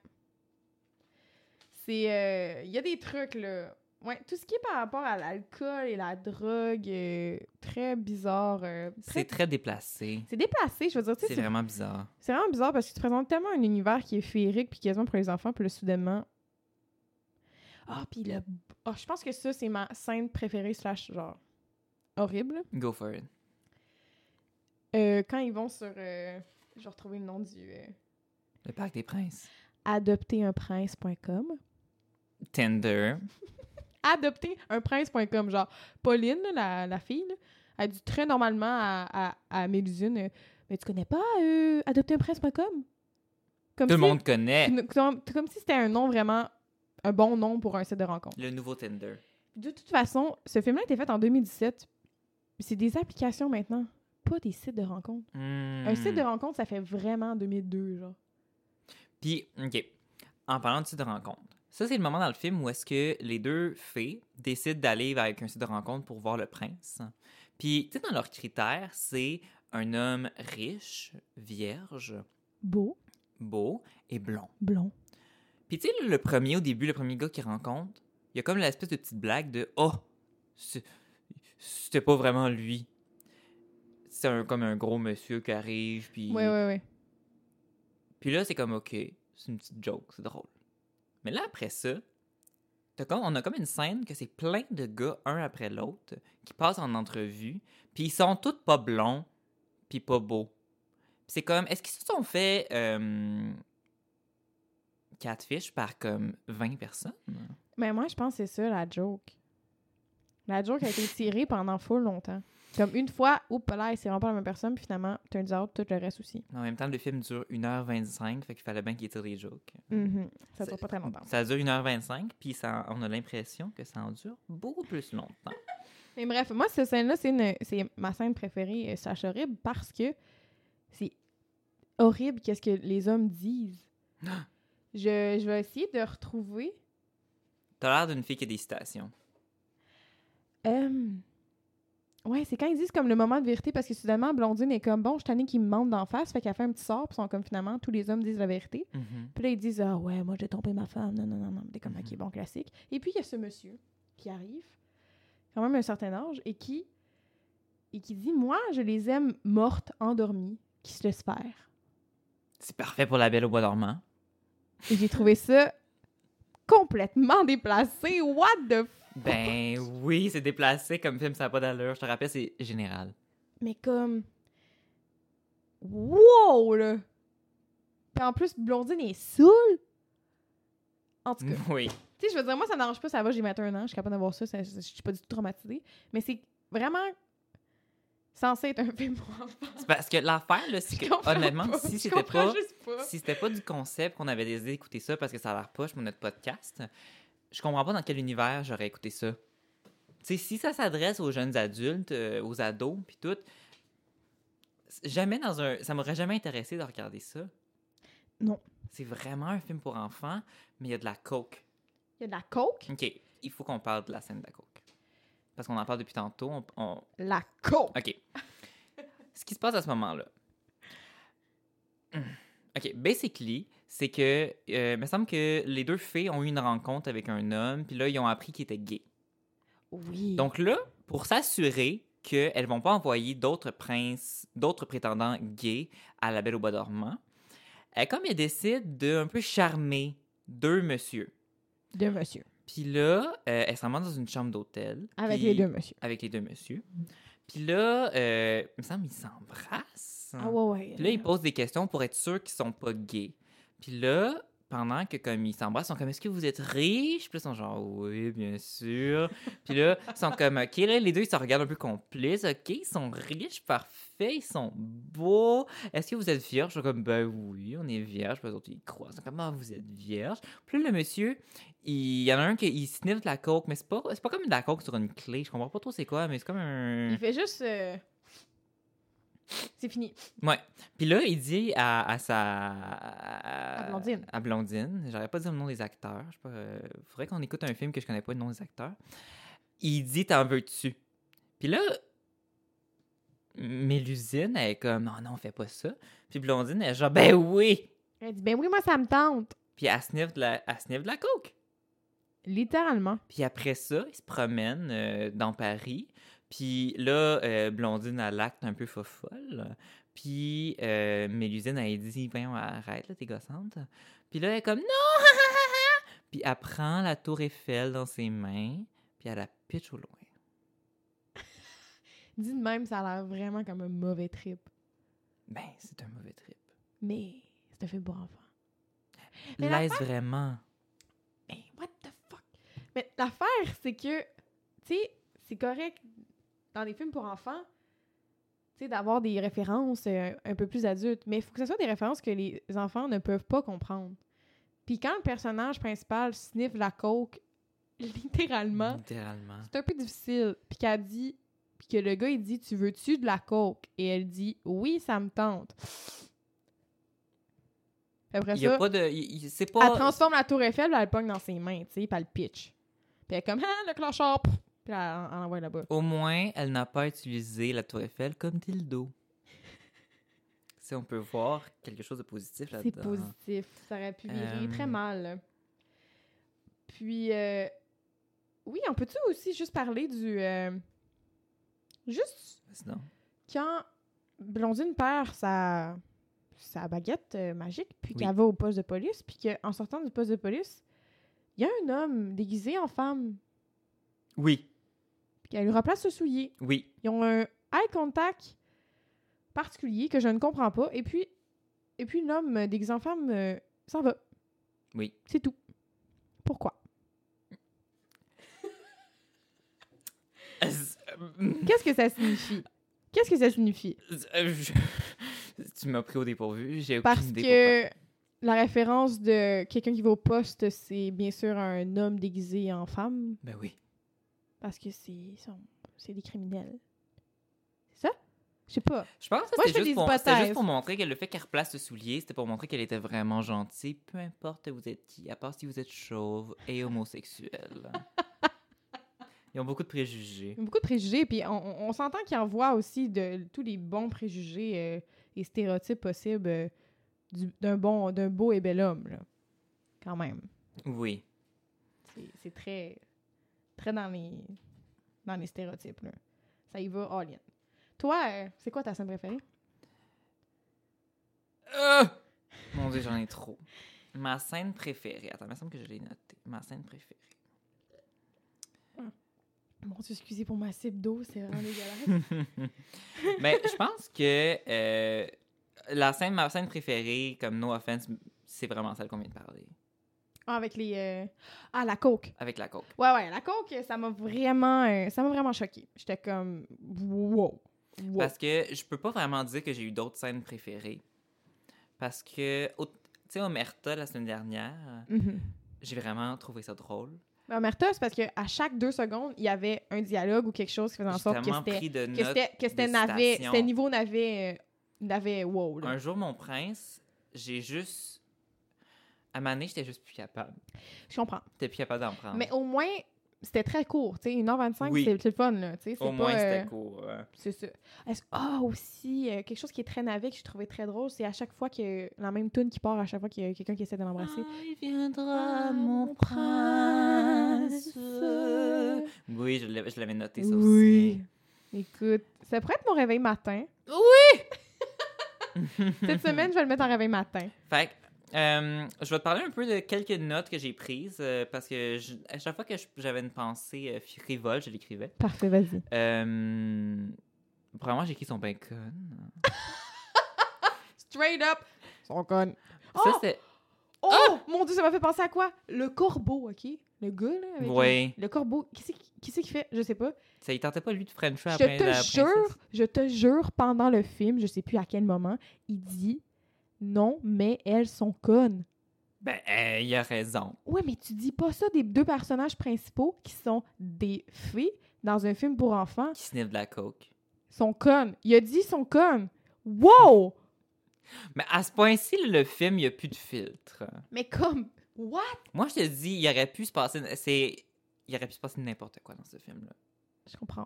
C'est. euh, Il y a des trucs, là. Ouais, tout ce qui est par rapport à l'alcool et la drogue, euh, très bizarre. euh, très- C'est très déplacé. C'est déplacé, je veux dire. tu sais, C'est c'est- vraiment bizarre. C'est vraiment bizarre parce que tu présentes tellement un univers qui est féerique puis quasiment pour les enfants, puis là, soudainement. Ah, puis le. Ah, je pense que ça, c'est ma scène préférée, slash, genre. horrible. Go for it. Euh, quand ils vont sur. euh, je vais retrouver le nom du. euh, Le Parc des Princes. adopterunprince.com. Tender. Adopterunprince.com. Genre, Pauline, là, la, la fille, là, elle dit très normalement à, à, à Mélusine euh, Mais tu connais pas euh, adopterunprince.com Comme Tout le si- monde connaît Une- Comme, comme si c'était un nom vraiment. un bon nom pour un site de rencontre. le nouveau Tinder. De toute façon, ce film-là a été fait en 2017. C'est des applications maintenant, pas des sites de rencontre. Hmm. Un site de rencontre, ça fait vraiment 2002, genre. Puis, OK. En parlant de site de rencontre, ça, c'est le moment dans le film où est-ce que les deux fées décident d'aller avec un site de rencontre pour voir le prince. Puis, tu sais, dans leurs critères, c'est un homme riche, vierge, Beau, beau et blond. blond. Puis tu sais, le premier au début, le premier gars qu'il rencontre, il y a comme l'espèce de petite blague de Oh, c'est- c'était pas vraiment lui. C'est un- comme un gros monsieur qui arrive, puis, Ouais, ouais, ouais. puis là, c'est comme OK, c'est une petite joke, c'est drôle. Mais là, après ça, t'as comme, on a comme une scène que c'est plein de gars, un après l'autre, qui passent en entrevue, puis ils sont tous pas blonds, puis pas beaux. Puis C'est comme, est-ce qu'ils se sont fait euh, catfish par comme 20 personnes? Mais Ben, moi, je pense que c'est ça, la joke. La joke a été tirée pendant full longtemps. Comme une fois, oups, là, c'est vraiment pas la même personne, puis finalement, turns out, tout le reste aussi. En même temps, le film dure 1h25, fait qu'il fallait bien qu'il tire les jokes. Mhm. Ça C'est- dure pas très longtemps. Ça dure 1h25, puis ça, on a l'impression que ça en dure beaucoup plus longtemps. Mais bref, moi, cette scène-là, c'est une- c'est ma scène préférée, euh, Sacha Horrible, parce que c'est horrible qu'est-ce que les hommes disent. je, je vais essayer de retrouver. T'as l'air d'une fille qui a des citations. Euh, Ouais, c'est quand ils disent comme le moment de vérité, parce que soudainement, Blondine est comme bon, je suis tannée qu'ils me mentent d'en face, fait qu'elle fait un petit sort, puis sont comme finalement, tous les hommes disent la vérité. Puis là, ils disent Ah ouais, moi j'ai trompé ma femme, non, non, non, non, des comme Mhm. ok, bon classique. Et puis il y a ce monsieur qui arrive, quand même un certain âge, et qui, et qui dit Moi, je les aime mortes, endormies, qui se laissent faire. C'est parfait pour la belle au bois dormant. Et j'ai trouvé ça complètement déplacé. What the f... Ben oui, c'est déplacé comme film, ça n'a pas d'allure. Je te rappelle, c'est général. Mais comme. Wow, là Puis en plus, Blondine est saoule. En tout cas. Oui. Tu sais, je veux dire, moi, ça n'arrange pas, ça va, j'ai 21 ans, je suis capable d'avoir ça, ça- je je suis pas du tout traumatisée. Mais c'est vraiment censé être <laughs> un film pour enfants. C'est parce que l'affaire, là, c'est Je que, comprends honnêtement, pas. Je si c'était comprends pas, juste pas. si c'était pas du concept qu'on avait décidé d'écouter ça parce que ça a l'air poche pour notre podcast, je comprends pas dans quel univers j'aurais écouté ça. Tu sais, si ça s'adresse aux jeunes adultes, euh, aux ados, puis tout, c'est- jamais dans un, ça m'aurait jamais intéressé de regarder ça. Non. C'est vraiment un film pour enfants, mais il y a de la coke. Il y a de la coke. Ok, il faut qu'on parle de la scène de la coke parce qu'on en parle depuis tantôt. on- on, La coke. OK. Ce qui se passe à ce moment-là. OK, basically, c'est que, euh, il me semble que les deux fées ont eu une rencontre avec un homme, puis là, ils ont appris qu'il était gay. Oui. Donc là, pour s'assurer qu'elles vont pas envoyer d'autres princes, d'autres prétendants gays à la Belle au Bois dormant, elle, comme elle décide de un peu charmer deux messieurs. deux monsieur. Puis là, euh, elle s'en va dans une chambre d'hôtel. Avec puis- les deux monsieur. Avec les deux messieurs. Puis là, euh, il me semble qu'ils s'embrassent. Ah ouais, ouais. Puis là, ils posent des questions pour être sûrs qu'ils sont pas gays. Puis là, pendant que comme ils s'embrassent, ils sont comme est-ce que vous êtes riche Puis là, ils sont genre oui, bien sûr. Puis là, ils sont comme ok, là, les deux ils se regardent un peu complices. Ok, ils sont riches, parfait, ils sont beaux. Est-ce que vous êtes vierge Ils sont comme ben oui, on est vierge. Puis les autres ils croient. Ils sont comme ah, vous êtes vierge. Puis là, le monsieur, il y en a un qui il sniffe de la coke, mais c'est pas c'est pas comme de la coke sur une clé. Je comprends pas trop c'est quoi, mais c'est comme un Il fait juste. euh, C'est fini. Ouais. Puis là, il dit à, à sa. À, À Blondine. À Blondine. J'aurais pas dit le nom des acteurs. Je sais pas, euh, faudrait qu'on écoute un film que je connais pas le nom des acteurs. Il dit T'en veux-tu Puis là, Mélusine, elle est comme "Oh Non, non, on fait pas ça. Puis Blondine, elle est genre Ben oui Elle dit Ben oui, moi, ça me tente. Puis elle sniffe de la, elle sniffe de la coke. Littéralement. Puis après ça, ils se promènent euh, dans Paris. Puis là, euh, Blondine, elle l'acte un peu fofolle. Puis euh, Mélusine, elle dit Voyons, arrête, là, t'es gossante. Puis là, elle est comme Non ha, ha, ha, ha! Puis elle prend la Tour Eiffel dans ses mains, puis elle la pitch au loin. Dit de même, ça a l'air vraiment comme un mauvais trip. Ben, c'est un mauvais trip. Mais c'est un film pour enfants. Mais la Laisse vraiment. Mais what the fuck? Mais l'affaire, c'est que, tu sais, c'est correct dans les films pour enfants, tu sais, d'avoir des références euh, un peu plus adultes, mais il faut que ce soit des références que les enfants ne peuvent pas comprendre. Puis quand le personnage principal sniffe la coke, <laughs> littéralement, Littéralement. c'est un peu difficile. Puis qu'elle dit, puis que le gars, il dit, tu veux-tu de la coke? Et elle dit, oui, ça me tente. Après Il y a ça, pas de. il- il- C'est elle pas. transforme la tour Eiffel, puis elle le pogne dans ses mains, tu sais, puis elle le pitch. Puis elle est comme, ah, le clochard, pff, Puis là, elle en- elle l'envoie là-bas. Au moins, elle n'a pas utilisé la tour Eiffel comme dildo. si on peut voir quelque chose de positif C'est là-dedans. positif. Ça aurait pu virer Euh. très mal. Puis, euh, oui, on peut-tu aussi juste parler du. euh, juste Non. quand Blondine perd sa, sa baguette euh, magique, puis Oui. qu'elle va au poste de police, puis qu'en sortant du poste de police, il y a un homme déguisé en femme, Oui, puis qu'elle lui remplace le soulier. oui. Ils ont un eye contact particulier que je ne comprends pas. Et puis, et puis l'homme euh, déguisé en femme euh, s'en va. Oui. C'est tout. Pourquoi? euh, Qu'est-ce que ça <laughs> signifie? Qu'est-ce que ça signifie? Je- tu m'as pris au dépourvu, j'ai aucune Parce idée que la référence de quelqu'un qui va au poste, c'est bien sûr un homme déguisé en femme, pourquoi. Ben oui. parce que c'est sont- c'est des criminels. C'est ça? Je sais pas. Je pense que Moi, je fais c'était des juste, pour- c'était juste hypothèses. pour montrer que le fait qu'elle replace le soulier, c'était pour montrer qu'elle était vraiment gentille, peu importe vous êtes qui, à part si vous êtes chauve et homosexuel. <laughs> Ils ont beaucoup de préjugés. Il y a beaucoup de préjugés, puis on, on- on s'entend qu'il en voit aussi de tous les bons préjugés euh, et stéréotypes possibles euh, du- d'un bon, d'un beau et bel homme, là. Quand même. Oui. C'est- C'est très, très dans les, dans les stéréotypes. Là. Ça y va all in. Toi, euh, c'est quoi ta scène préférée? Ah! Mon dieu, j'en ai trop. Ma scène préférée. Attends, il me semble que je l'ai notée. Ma scène préférée. Mon Dieu, excusez pour ma cible d'eau, c'est vraiment dégueulasse. Mais Ben, je pense que euh, la scène, ma scène préférée, comme No Offense, c'est vraiment celle qu'on vient de parler. <laughs> Ah, avec les... euh, Ah, la coke. Avec la coke. Ouais, ouais, la coke, ça m'a vraiment, euh, ça m'a vraiment choquée. J'étais comme, wow, wow. Parce que je peux pas vraiment dire que j'ai eu d'autres scènes préférées. Parce que, au- tu sais, Omerta, la semaine dernière, Mhm. j'ai vraiment trouvé ça drôle. Mais Omerta, c'est parce qu'à chaque deux secondes, il y avait un dialogue ou quelque chose qui faisait en J'ai sorte que tellement c'était... pris de Que notes. c'était, que c'était de navet, citations. c'était niveau navet, euh, navet wow. là. Un jour, mon prince, j'ai juste. À ma année, j'étais juste plus capable. Je comprends. J'étais plus capable d'en prendre. Mais au moins, c'était très court, tu sais, 1h25, Oui. c'est c'est le fun, là, tu sais, c'est Au pas... moins, euh, c'était court. hein. C'est ça. Est-ce- Ah, aussi, euh, quelque chose qui est très navet, que j'ai trouvé très drôle, c'est à chaque fois que... La même tune qui part à chaque fois qu'il y a quelqu'un qui essaie de l'embrasser. Ah, Il Ah, viendra Ah, mon prince. Oui, je l'avais je l'avais noté ça hein. Oui. Écoute, ça pourrait être mon réveil matin. aussi. <laughs> Cette semaine, je vais le mettre en réveil matin. Fait que, euh, je vais te parler un peu de quelques notes que j'ai prises euh, parce que je- à chaque fois que je- j'avais une pensée euh, frivole, je l'écrivais. Parfait, vas-y. Euh, vraiment, j'ai écrit son bacon. Straight up! Son con. Ça, Ah! Oh! c'était. Oh! Mon Dieu, ça m'a fait penser à quoi? Le corbeau, OK? Le gars, là, avec... Ouais. Le corbeau, qui c'est qui, qui c'est qui fait? Je sais pas. Ça, il tentait pas, lui, de French Je après la te princesse. jure, je te jure, pendant le film, je sais plus à quel moment, il dit non, mais elles sont connes. Ben, euh, il a raison. Ouais, mais tu dis pas ça des deux personnages principaux qui sont des fées dans un film pour enfants. Qui sniffe de la coke. Sont connes. Il a dit sont connes. Wow! Mais à ce point-ci, le film, il y a plus de filtre. Mais comme, what? Moi, je te dis, il aurait pu se passer. C'est. Il aurait pu se passer n'importe quoi dans ce film-là. Je comprends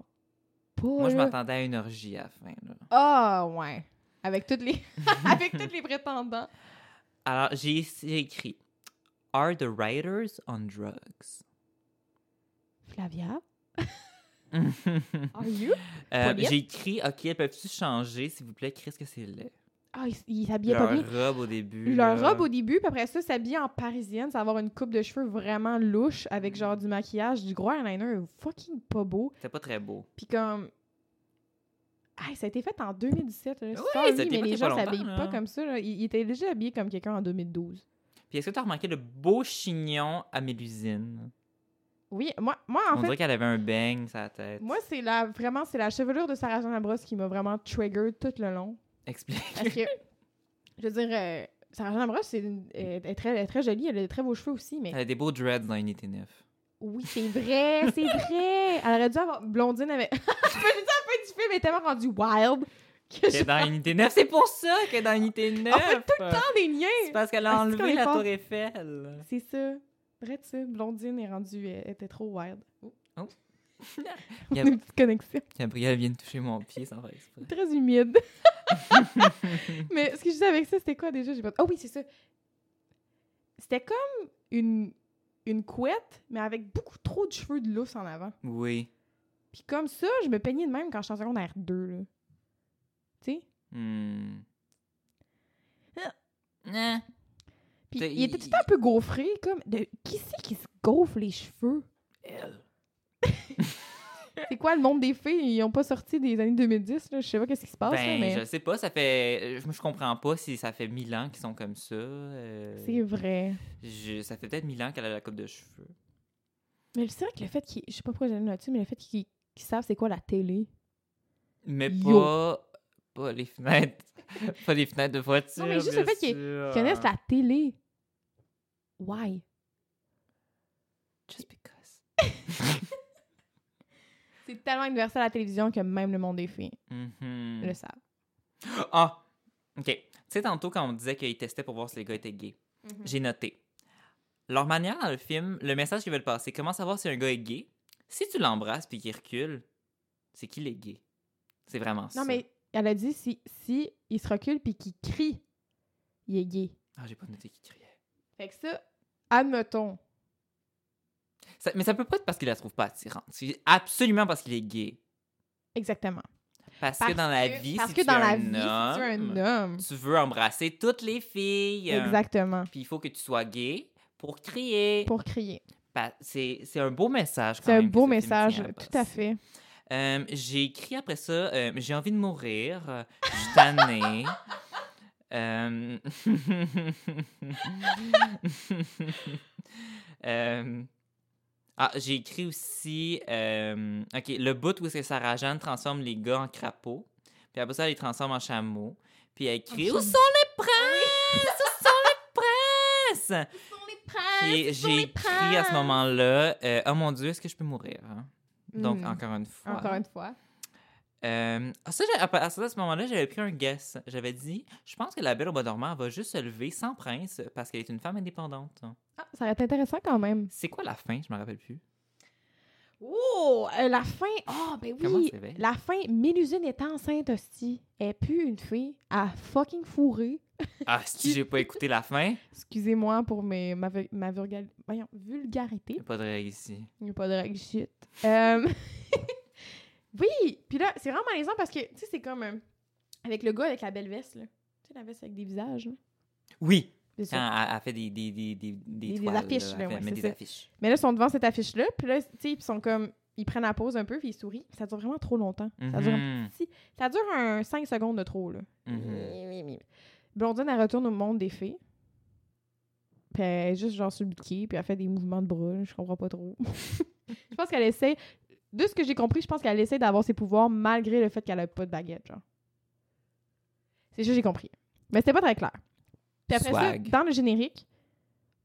pas. là. Moi, je m'attendais à une orgie à la fin. là. Ah, ouais. Avec toutes les, <laughs> avec tous les prétendants. Alors, j'ai j'ai écrit Are the writers <laughs> on drugs? Flavia, Euh, are you? Paulette? j'ai écrit OK, peuvent-tu changer, s'il vous plaît? Chris, que c'est laid. Ah, il, il s'habillait pas Leur bien. robe au début. Leur là. robe au début, puis après ça, s'habiller en parisienne, ça va avoir une coupe de cheveux vraiment louche, avec genre du maquillage, du gros eyeliner fucking pas beau. C'était pas très beau. Puis comme. Aïe, ça a été fait en 2017. Là. Ouais, Sorry, ça a été fait mais il y les a gens pas s'habillent longtemps, pas là. comme ça. Là. Ils, ils étaient déjà habillés comme quelqu'un en 2012. Puis est-ce que t'as remarqué le beau chignon à Mélusine? Oui, moi, moi en On fait, dirait qu'elle avait un bang sur la tête. moi, c'est la, vraiment, c'est la chevelure de Sarah Jean Labrosse qui m'a vraiment trigger tout le long. Explique. <laughs> Parce que, je veux dire, euh, Sarah Jean Labrosse, c'est une- elle est très, elle est très jolie, elle a des très beaux cheveux aussi, mais Elle a des beaux dreads dans Unité 9. Oui, c'est vrai, c'est <laughs> vrai. Elle aurait dû avoir. Blondine avait. <laughs> je peux le dire à la fin du film, elle est tellement rendue wild que Qu'elle est je dans Unité 9. <laughs> C'est pour ça qu'elle est dans Unité 9. fait tout le temps des C'est liens. parce qu'elle a Ah, c'est qu'on enlevé est la fort. tour Eiffel. <laughs> C'est ça. Vrai de ça. Blondine est rendue. Elle était trop wild. Oh. Oh. On a Gab- une petite connexion. Gabriel vient de toucher mon pied sans faire exprès. Très <laughs> humide. Mais ce que je disais avec ça, c'était quoi déjà? J'ai pas... Oh oui, c'est ça. C'était comme une, une couette, mais avec beaucoup trop de cheveux de lousse en avant. Oui. Puis comme ça, je me peignais de même quand je suis en secondaire 2. là. Tu sais? Hmm. Puis T'as- il était tout il- le temps un peu gaufré, comme... de- Qui c'est qui se gaufre les cheveux? <laughs> C'est quoi le monde des filles? Ils ont pas sorti des années 2010, là. Je sais pas qu'est-ce qui se passe, là, Ben, mais... je sais pas, ça fait. Je, je comprends pas si ça fait mille ans qu'ils sont comme ça. euh, C'est vrai. je- ça fait peut-être mille ans qu'elle a la coupe de cheveux. Mais c'est vrai que le fait qu'ils... Je sais pas pourquoi j'aime là-dessus, mais le fait qu'ils qu'ils savent c'est quoi la télé. Mais Yo. pas. Pas les fenêtres. <laughs> pas les fenêtres de voiture. Non, mais juste le bien fait qu'ils- sûr. Ils connaissent la télé. Why? Just because. <laughs> C'est tellement universel à la télévision que même le monde des filles Mhm. le savent. Ah! OK. Tu sais, tantôt, quand on disait qu'ils testaient pour voir si les gars étaient gays, Mhm. j'ai noté. Leur manière dans le film, le message qu'ils veulent passer, comment savoir si un gars est gay? Si tu l'embrasses puis qu'il recule, c'est qu'il est gay. C'est vraiment ça. Non, mais elle a dit si, si il se recule puis qu'il crie, il est gay. Ah, j'ai pas noté qu'il criait. Fait que ça, admettons. Ça- mais ça peut pas être parce qu'il la trouve pas attirante. C'est absolument parce qu'il est gay. Exactement. Parce, que dans la vie, parce si que tu dans es la un vie, si tu es homme, un homme. tu veux embrasser toutes les filles. Exactement. Puis il faut que tu sois gay pour crier. Pour crier. Pa- C'est c'est un beau message. quand C'est un même que beau ce film message, tient tout passer. à fait. Euh, j'ai écrit après ça, euh, j'ai envie de mourir, euh, je suis tannée. <laughs> Euh, Euh, Ah, j'ai écrit aussi, euh, ok, le bout où c'est Sarah Jeanne transforme les gars en crapauds, puis après ça, elle les transforme en chameaux, puis elle crie En Où sont les princes Où sont les princes Ah, Puis j'ai écrit à ce moment-là euh, Oh mon Dieu, est-ce que je peux mourir Donc, Hmm. encore une fois. Encore une fois. Euh, ah, ça, j'ai- à partir de ce moment-là, j'avais pris un guess. J'avais dit, je pense que la belle au bois dormant elle va juste se lever sans prince parce qu'elle est une femme indépendante. Ah, ça va être intéressant quand même. C'est quoi la fin? Je me rappelle plus. Oh, euh, la fin. Oh, ben Ah, Comment oui. c'est vrai? La fin, Mélusine est enceinte aussi. Elle est plus une fille à fucking fourrée. Ah, si j'ai pas écouté la fin, Excusez-moi pour mes, ma, vu- ma vulga- voyons, vulgarité. y a pas de règle ici. Il n'y a pas de règle shit. Euh, <laughs> oui, puis là, c'est vraiment malaisant parce que, tu sais, c'est comme euh, avec le gars avec la belle veste, là. Tu sais, la veste avec des visages, là. Oui! C'est ça. Quand elle, elle fait des, des, des, des, des, Des- des toiles, là, affiches, elle là, fait- ouais, elle met c'est des ça. affiches. Mais là, ils sont devant cette affiche-là, puis là, tu sais, ils sont comme... Ils prennent la pause un peu, puis ils sourient. Ça dure vraiment trop longtemps. Ça dure un Mhm. petit- Ça dure un 5 secondes de trop, là. Mhm. Mi, mi, mi. Blondine, elle retourne au monde des fées. Puis elle est juste genre sur le pied, puis elle fait des mouvements de bras, là, je comprends pas trop. <laughs> je pense qu'elle essaie. De ce que j'ai compris, je pense qu'elle essaie d'avoir ses pouvoirs malgré le fait qu'elle a pas de baguette, genre. C'est ça que j'ai compris. Mais c'était pas très clair. Puis après Swag. ça, dans le générique,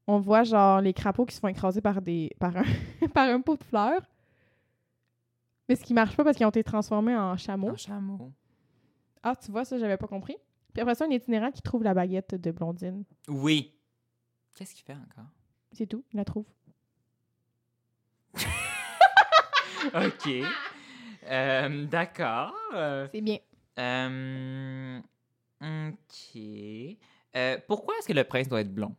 on voit genre les crapauds qui se font écraser par des par un, <laughs> par un pot de fleurs. Mais ce qui marche pas parce qu'ils ont été transformés en chameaux. Un chameau. Ah, tu vois, ça, j'avais pas compris. Puis après ça, un itinérant qui trouve la baguette de Blondine. Oui! Qu'est-ce qu'il fait encore? C'est tout, il la trouve. OK. Euh, D'accord. Euh, C'est bien. Euh, ok. Euh, pourquoi est-ce que le prince doit être blond?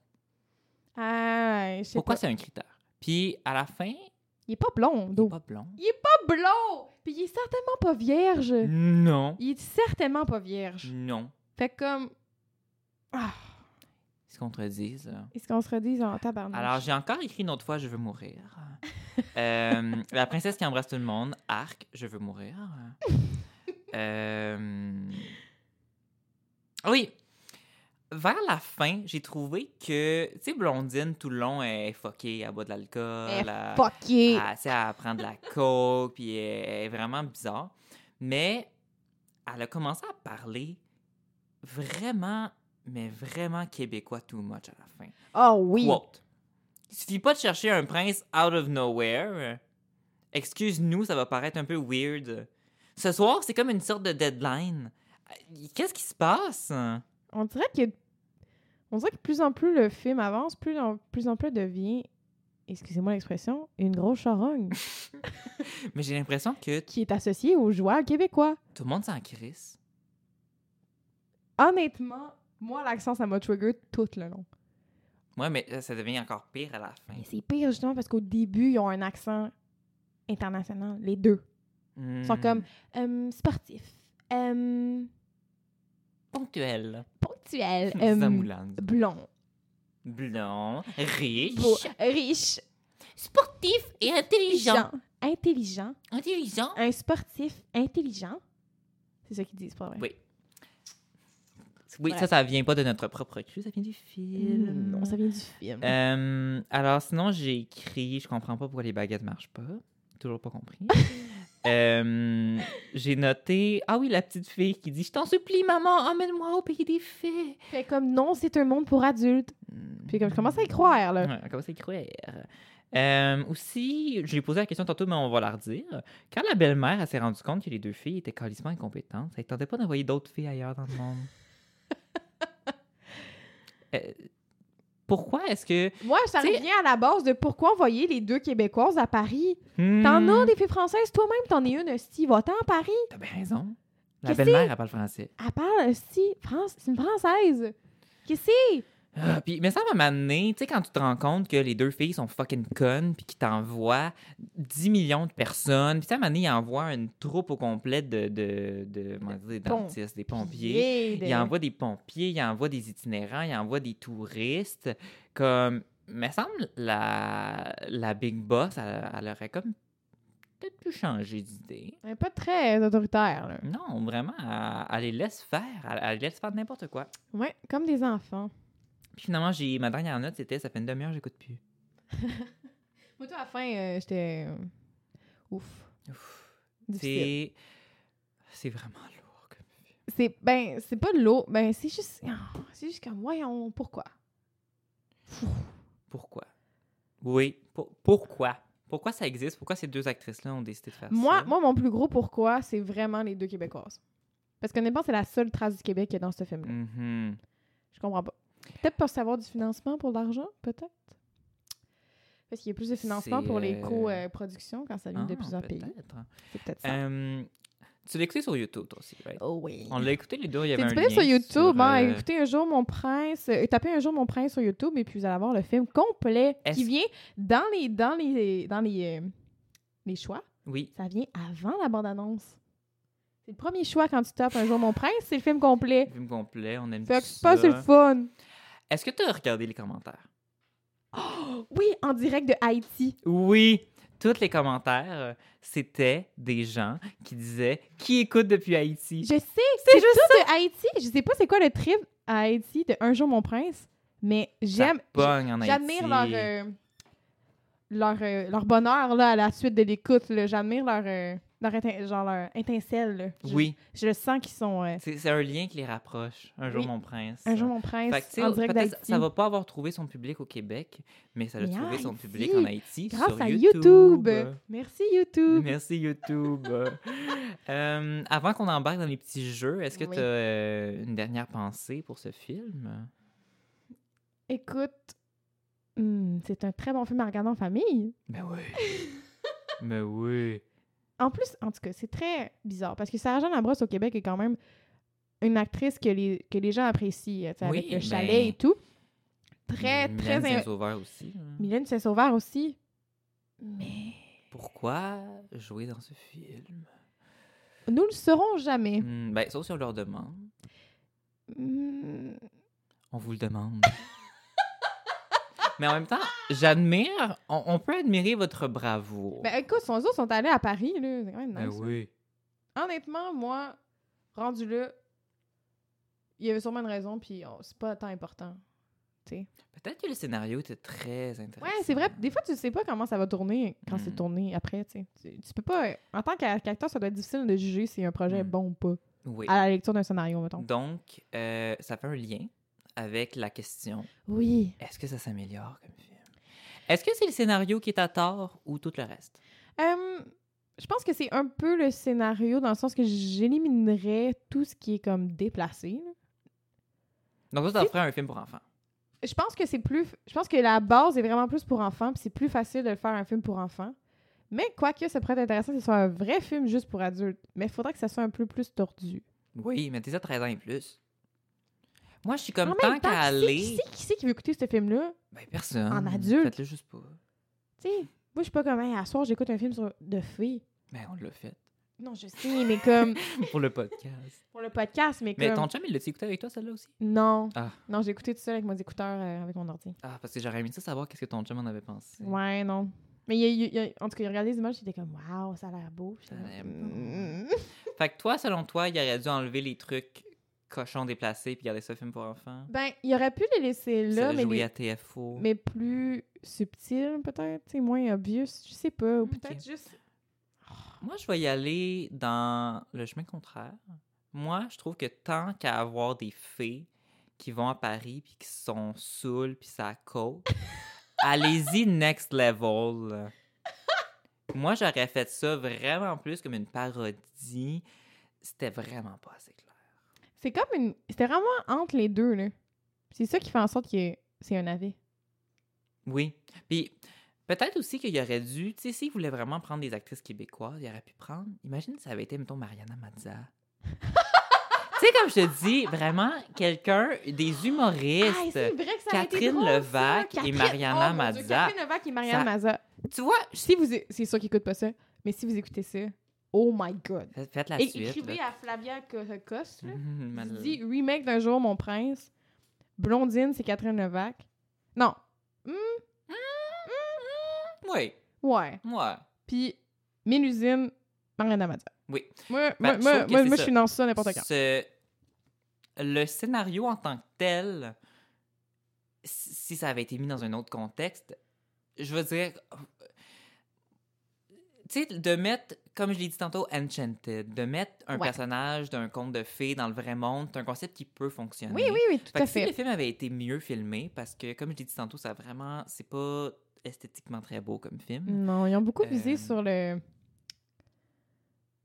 Ah, je sais Pourquoi pas. c'est un critère? Puis à la fin, il Il est pas blond, est d'eau. pas blond. Pas blond! Puis il est certainement pas vierge. Mm. Non. Il est certainement pas vierge. Non. Fait que comme... Ah, Ils se contredisent. là. est-ce qu'on se redise en tabarnak? Alors, j'ai encore écrit une autre fois Je <laughs> veux mourir. Euh, la princesse qui embrasse tout le monde, Arc, Je <laughs> veux mourir. Euh, Oui. Vers la fin, j'ai trouvé que, tu sais, Blondine, tout le long, elle est fuckée, elle boit de l'alcool. Elle est elle- Fucké! Elle, tu sais, elle prend de la coke, puis elle, elle est vraiment bizarre. Mais elle a commencé à parler vraiment, mais vraiment québécois too much à la fin. Oh oui! Quote. Il suffit pas de chercher un prince out of nowhere. Excuse-nous, ça va paraître un peu weird. Ce soir, c'est comme une sorte de deadline. Euh, Qu'est-ce qui se passe? On dirait que... On dirait que plus en plus le film avance, plus en plus, en plus devient... excusez-moi l'expression, une grosse <laughs> charogne Mais j'ai l'impression que qui est associée aux joueurs québécois. tout le monde s'en crisse. Honnêtement, moi, l'accent, ça m'a trigger tout le long. Ouais, mais euh, ça devient encore pire à la fin. Mais Ben, c'est pire, justement, parce qu'au début, ils ont un accent international, les deux. Ils sont Hmm. comme euh, sportifs, euh, ponctuels. <laughs> ponctuels, euh, Zamoulang. blonds, Blond, riche, beaux, riches, sportif et intelligent. gens, intelligents. Intelligent. Un sportif intelligent. C'est ça qu'ils disent, pas vrai? Oui. Oui, Bref. ça, ça vient pas de notre propre cru, ça vient du film. Mm, Non, ça vient du film. Euh, alors, sinon, j'ai écrit, je comprends pas pourquoi les baguettes marchent pas. Toujours <laughs> pas compris. Euh, j'ai noté, ah oui, la petite fille qui dit Je t'en supplie, maman, emmène-moi au pays des fées. Fait comme non, c'est un monde pour adultes. Puis comme je commence à y croire, là. Ouais, on commence à y croire. Euh, aussi, j'ai posé la question tantôt, mais on va la redire. Quand la belle-mère elle s'est rendue compte que les deux filles étaient calissement incompétentes, ça ne tentait pas d'envoyer d'autres filles ailleurs dans le <laughs> monde. Euh, pourquoi est-ce que. Moi, ça T'sais- revient à la base de pourquoi envoyer les deux Québécoises à Paris. T'en Hmm, as des filles françaises, toi-même, t'en es une, hostie. Va-t'en à Paris. T'as bien raison. La Qu'est-ce belle-mère, elle parle français. Elle parle, hostie, France, c'est une Française. Qu'est-ce que c'est? Ah, puis, mais ça m'a m'amener, tu sais, quand tu te rends compte que les deux filles sont fucking connes, puis qu'ils t'envoient 10 millions de personnes, puis ça m'a ils envoient une troupe au complet de, de, de comment dire, des dentistes, des pompiers. Pied de- Il envoie des pompiers, il envoie des itinérants, il envoie des touristes. Comme, me semble, la, la Big Boss, elle, elle aurait comme peut-être pu changer d'idée. Elle est pas très euh, autoritaire, là. Non, vraiment, elle, elle les laisse faire. Elle, elle les laisse faire n'importe quoi. Ouais, comme des enfants. Puis finalement, j'ai, ma dernière note, c'était ça fait une demi-heure, j'écoute plus. Moi, toi, à la fin, euh, j'étais. euh, Ouf. Difficile. C'est. C'est vraiment lourd. comme- C'est. Ben, c'est pas de l'eau. Ben, c'est juste. ah, c'est juste comme, voyons, pourquoi? Pourquoi? Oui, pour- pourquoi? Pourquoi ça existe? Pourquoi ces deux actrices-là ont décidé de faire Moi, ça? moi, mon plus gros pourquoi, c'est vraiment les deux Québécoises. Parce qu'honnêtement, c'est la seule trace du Québec qui est dans ce film-là. Mhm. Je comprends pas. Peut-être pour savoir du financement pour l'argent, peut-être. Parce qu'il y a plus de financement C'est, pour les euh, co-productions quand ça vient de Ah, plusieurs pays. peut-être. C'est peut-être ça. Euh, tu l'as écouté sur YouTube, toi aussi, right? oh oui. On l'a écouté les deux, il y avait C'est un disponible lien sur YouTube. hein. euh, Écoutez un jour mon prince, euh, tapez un jour mon prince sur YouTube et puis vous allez voir le film complet qui Est-ce- vient dans les dans les dans les, euh, les choix. Oui. Ça vient avant la bande annonce. C'est le premier choix quand tu tapes un jour mon prince, c'est le film complet. Film complet, on aime Fait que c'est ça. pas c'est le fun. Est-ce que tu as regardé les commentaires? Oui, en direct de Haïti. Oui! Tous les commentaires, euh, c'était des gens qui disaient Qui écoute depuis Haïti? Je sais, c'est juste ça. de Haïti. Je sais pas c'est quoi le trip à Haïti de Un jour mon prince, mais Ça j'aime pogne en J'admire leur, Haïti. euh, leur, euh, leur bonheur là, à la suite de l'écoute. là. J'admire leur, euh, leur, étin- genre, leur étincelle. là. Je- Oui. Je le sens qu'ils sont euh, C'est c'est un lien qui les rapproche. Un jour, Oui. mon prince. un jour mon Fait que, tu prince sais, en direct peut-être d'Haïti. ça va pas avoir trouvé son public au Québec, mais ça a Mais trouvé à son Haïti, public en Haïti Grâce sur à YouTube. YouTube. Merci <laughs> YouTube. Merci YouTube. Euh, avant qu'on embarque dans les petits jeux, est-ce que Oui. tu as une dernière pensée pour ce film? Écoute, hmm, c'est un très bon film à regarder en famille. Ben oui. <laughs> Mais Ben oui. En plus, en tout cas, c'est très bizarre parce que Sarah-Jeanne Labrosse au Québec est quand même une actrice que les, que les gens apprécient, tu sais, Oui, avec le chalet ben, et tout. Très, très... Mylène in- Saint-Sauveur aussi. hein. Mylène Saint-Sauveur aussi. Mais... Pourquoi jouer dans ce film? Nous le saurons jamais. Hmm, ben, sauf si on leur demande. Mm, On vous le demande. Mais en même temps, j'admire, on, on peut admirer votre bravoure. Ben écoute, son autres sont allés à Paris, là. C'est quand même Ben nice. hein. oui. Honnêtement, moi, rendu là, il y avait sûrement une raison, puis on- c'est pas tant important. Peut-être que le scénario était très intéressant. Ouais, c'est vrai. Des fois, tu sais pas comment ça va tourner quand c'est Mm. tourné après, tu sais. Tu- Tu peux pas... euh, En tant qu'a- qu'acteur, ça doit être difficile de juger si un projet est Mm. bon ou pas Oui. Mm. à la lecture d'un scénario, mettons. Donc, euh, ça fait un lien avec la question Oui. est-ce que ça s'améliore comme film Est-ce que c'est le scénario qui est à tort ou tout le reste Euh, je pense que c'est un peu le scénario dans le sens que j'éliminerais tout ce qui est comme déplacé, là. Donc, ça, ça ferait un film pour enfants. je pense que c'est plus. Je pense que la base est vraiment plus pour enfants, puis c'est plus facile de faire un film pour enfants. Mais quoique ça pourrait être intéressant que ce soit un vrai film juste pour adultes. Mais il faudrait que ça soit un peu plus tordu. Oui, mettez ça 13 ans et plus. Moi, je suis comme En tant même temps, qu'à qui c'est- aller. Qui c'est qui, c'est qui veut écouter ce film-là? Ben, personne. En adulte. Faites-le juste pas. Tu sais, moi, je suis pas comme, hey, à soir, j'écoute un film sur... de fées. Ben, on l'a fait. <laughs> Non, je sais, mais comme. Pour <laughs> le podcast. pour le podcast, mais comme. Mais ton chum, il l'a-tu écouté avec toi, celle-là aussi? Non. Ah. Non, j'ai écouté tout seul avec mon écouteur, euh, avec mon ordi. Ah, parce que j'aurais aimé ça savoir qu'est-ce que ton chum en avait pensé. Ouais, non. Mais il y a- il y a- il y a- en tout cas, il a regardé les images, j'étais comme, waouh, ça a l'air beau. J'étais Ça a l'air comme, beau. Mm. Fait que toi, selon toi, il aurait dû enlever les trucs cochons déplacés puis garder ça film pour enfants. Ben, il aurait pu les laisser là, ça mais, jouer les- à TFO. mais plus subtil, peut-être, tu sais, moins obvious, je sais pas. Ou Ok. peut-être juste. Moi, je vais y aller dans le chemin contraire. Moi, je trouve que tant qu'à avoir des fées qui vont à Paris puis qui sont saoules puis ça coke, allez-y next level. Moi, j'aurais fait ça vraiment plus comme une parodie. C'était vraiment pas assez clair. C'est comme une. C'était vraiment entre les deux, là. C'est ça qui fait en sorte que c'est un avis. Oui. Puis peut-être aussi qu'il aurait dû, tu sais, s'il voulait vraiment prendre des actrices québécoises, il aurait pu prendre. Imagine si ça avait été, mettons, Mariana <laughs> Mazza. tu sais, comme je te dis, vraiment quelqu'un, des Ah, humoristes. c'est vrai que ça a été Catherine drôle, ça! Levac et Catherine- Mariana oh, mon Dieu, Mazza. Catherine Levac et Mariana Ça- Mazza. tu vois, Si vous... é- C'est sûr qu'ils écoutent pas ça, mais si vous écoutez ça, oh my God. je- faites la Et suite. écrivez <laughs> là. à Flavia Costas, là. Mhm, Tu Madeleine. dis remake d'un jour, mon prince. Blondine, c'est Catherine Levac. Non. Hmm? Oui, Ouais. moi. Puis Mélusine, Mariana Mazza. Oui. Moi, moi, Ben, je moi, trouve que moi, c'est moi, je ça. finance ça n'importe quand. Ce- Le scénario en tant que tel, si si ça avait été mis dans un autre contexte, je veux dire. Tu sais, de mettre, comme je l'ai dit tantôt, Enchanted, de mettre un Ouais. personnage d'un conte de fées dans le vrai monde, c'est un concept qui peut fonctionner. Oui, oui, oui, tout Fait à que si le fait. film avait été mieux filmé, parce que, comme je l'ai dit tantôt, ça vraiment. C'est pas esthétiquement très beau comme film. Non, ils ont beaucoup visé Mm. Euh, sur le.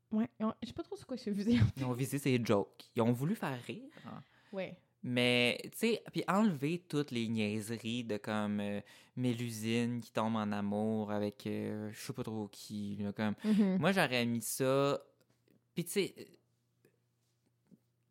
Ouais, ils ont- je sais pas trop sur quoi ils ont <laughs> visé. Ils ont visé ces jokes. Ils ont voulu faire rire. hein. Ouais. Mais, tu sais, puis enlever toutes les niaiseries de comme euh, Mélusine qui tombe en amour avec euh, je sais pas trop qui. là, comme... Mhm. Moi, j'aurais mis ça. Puis, tu sais, euh,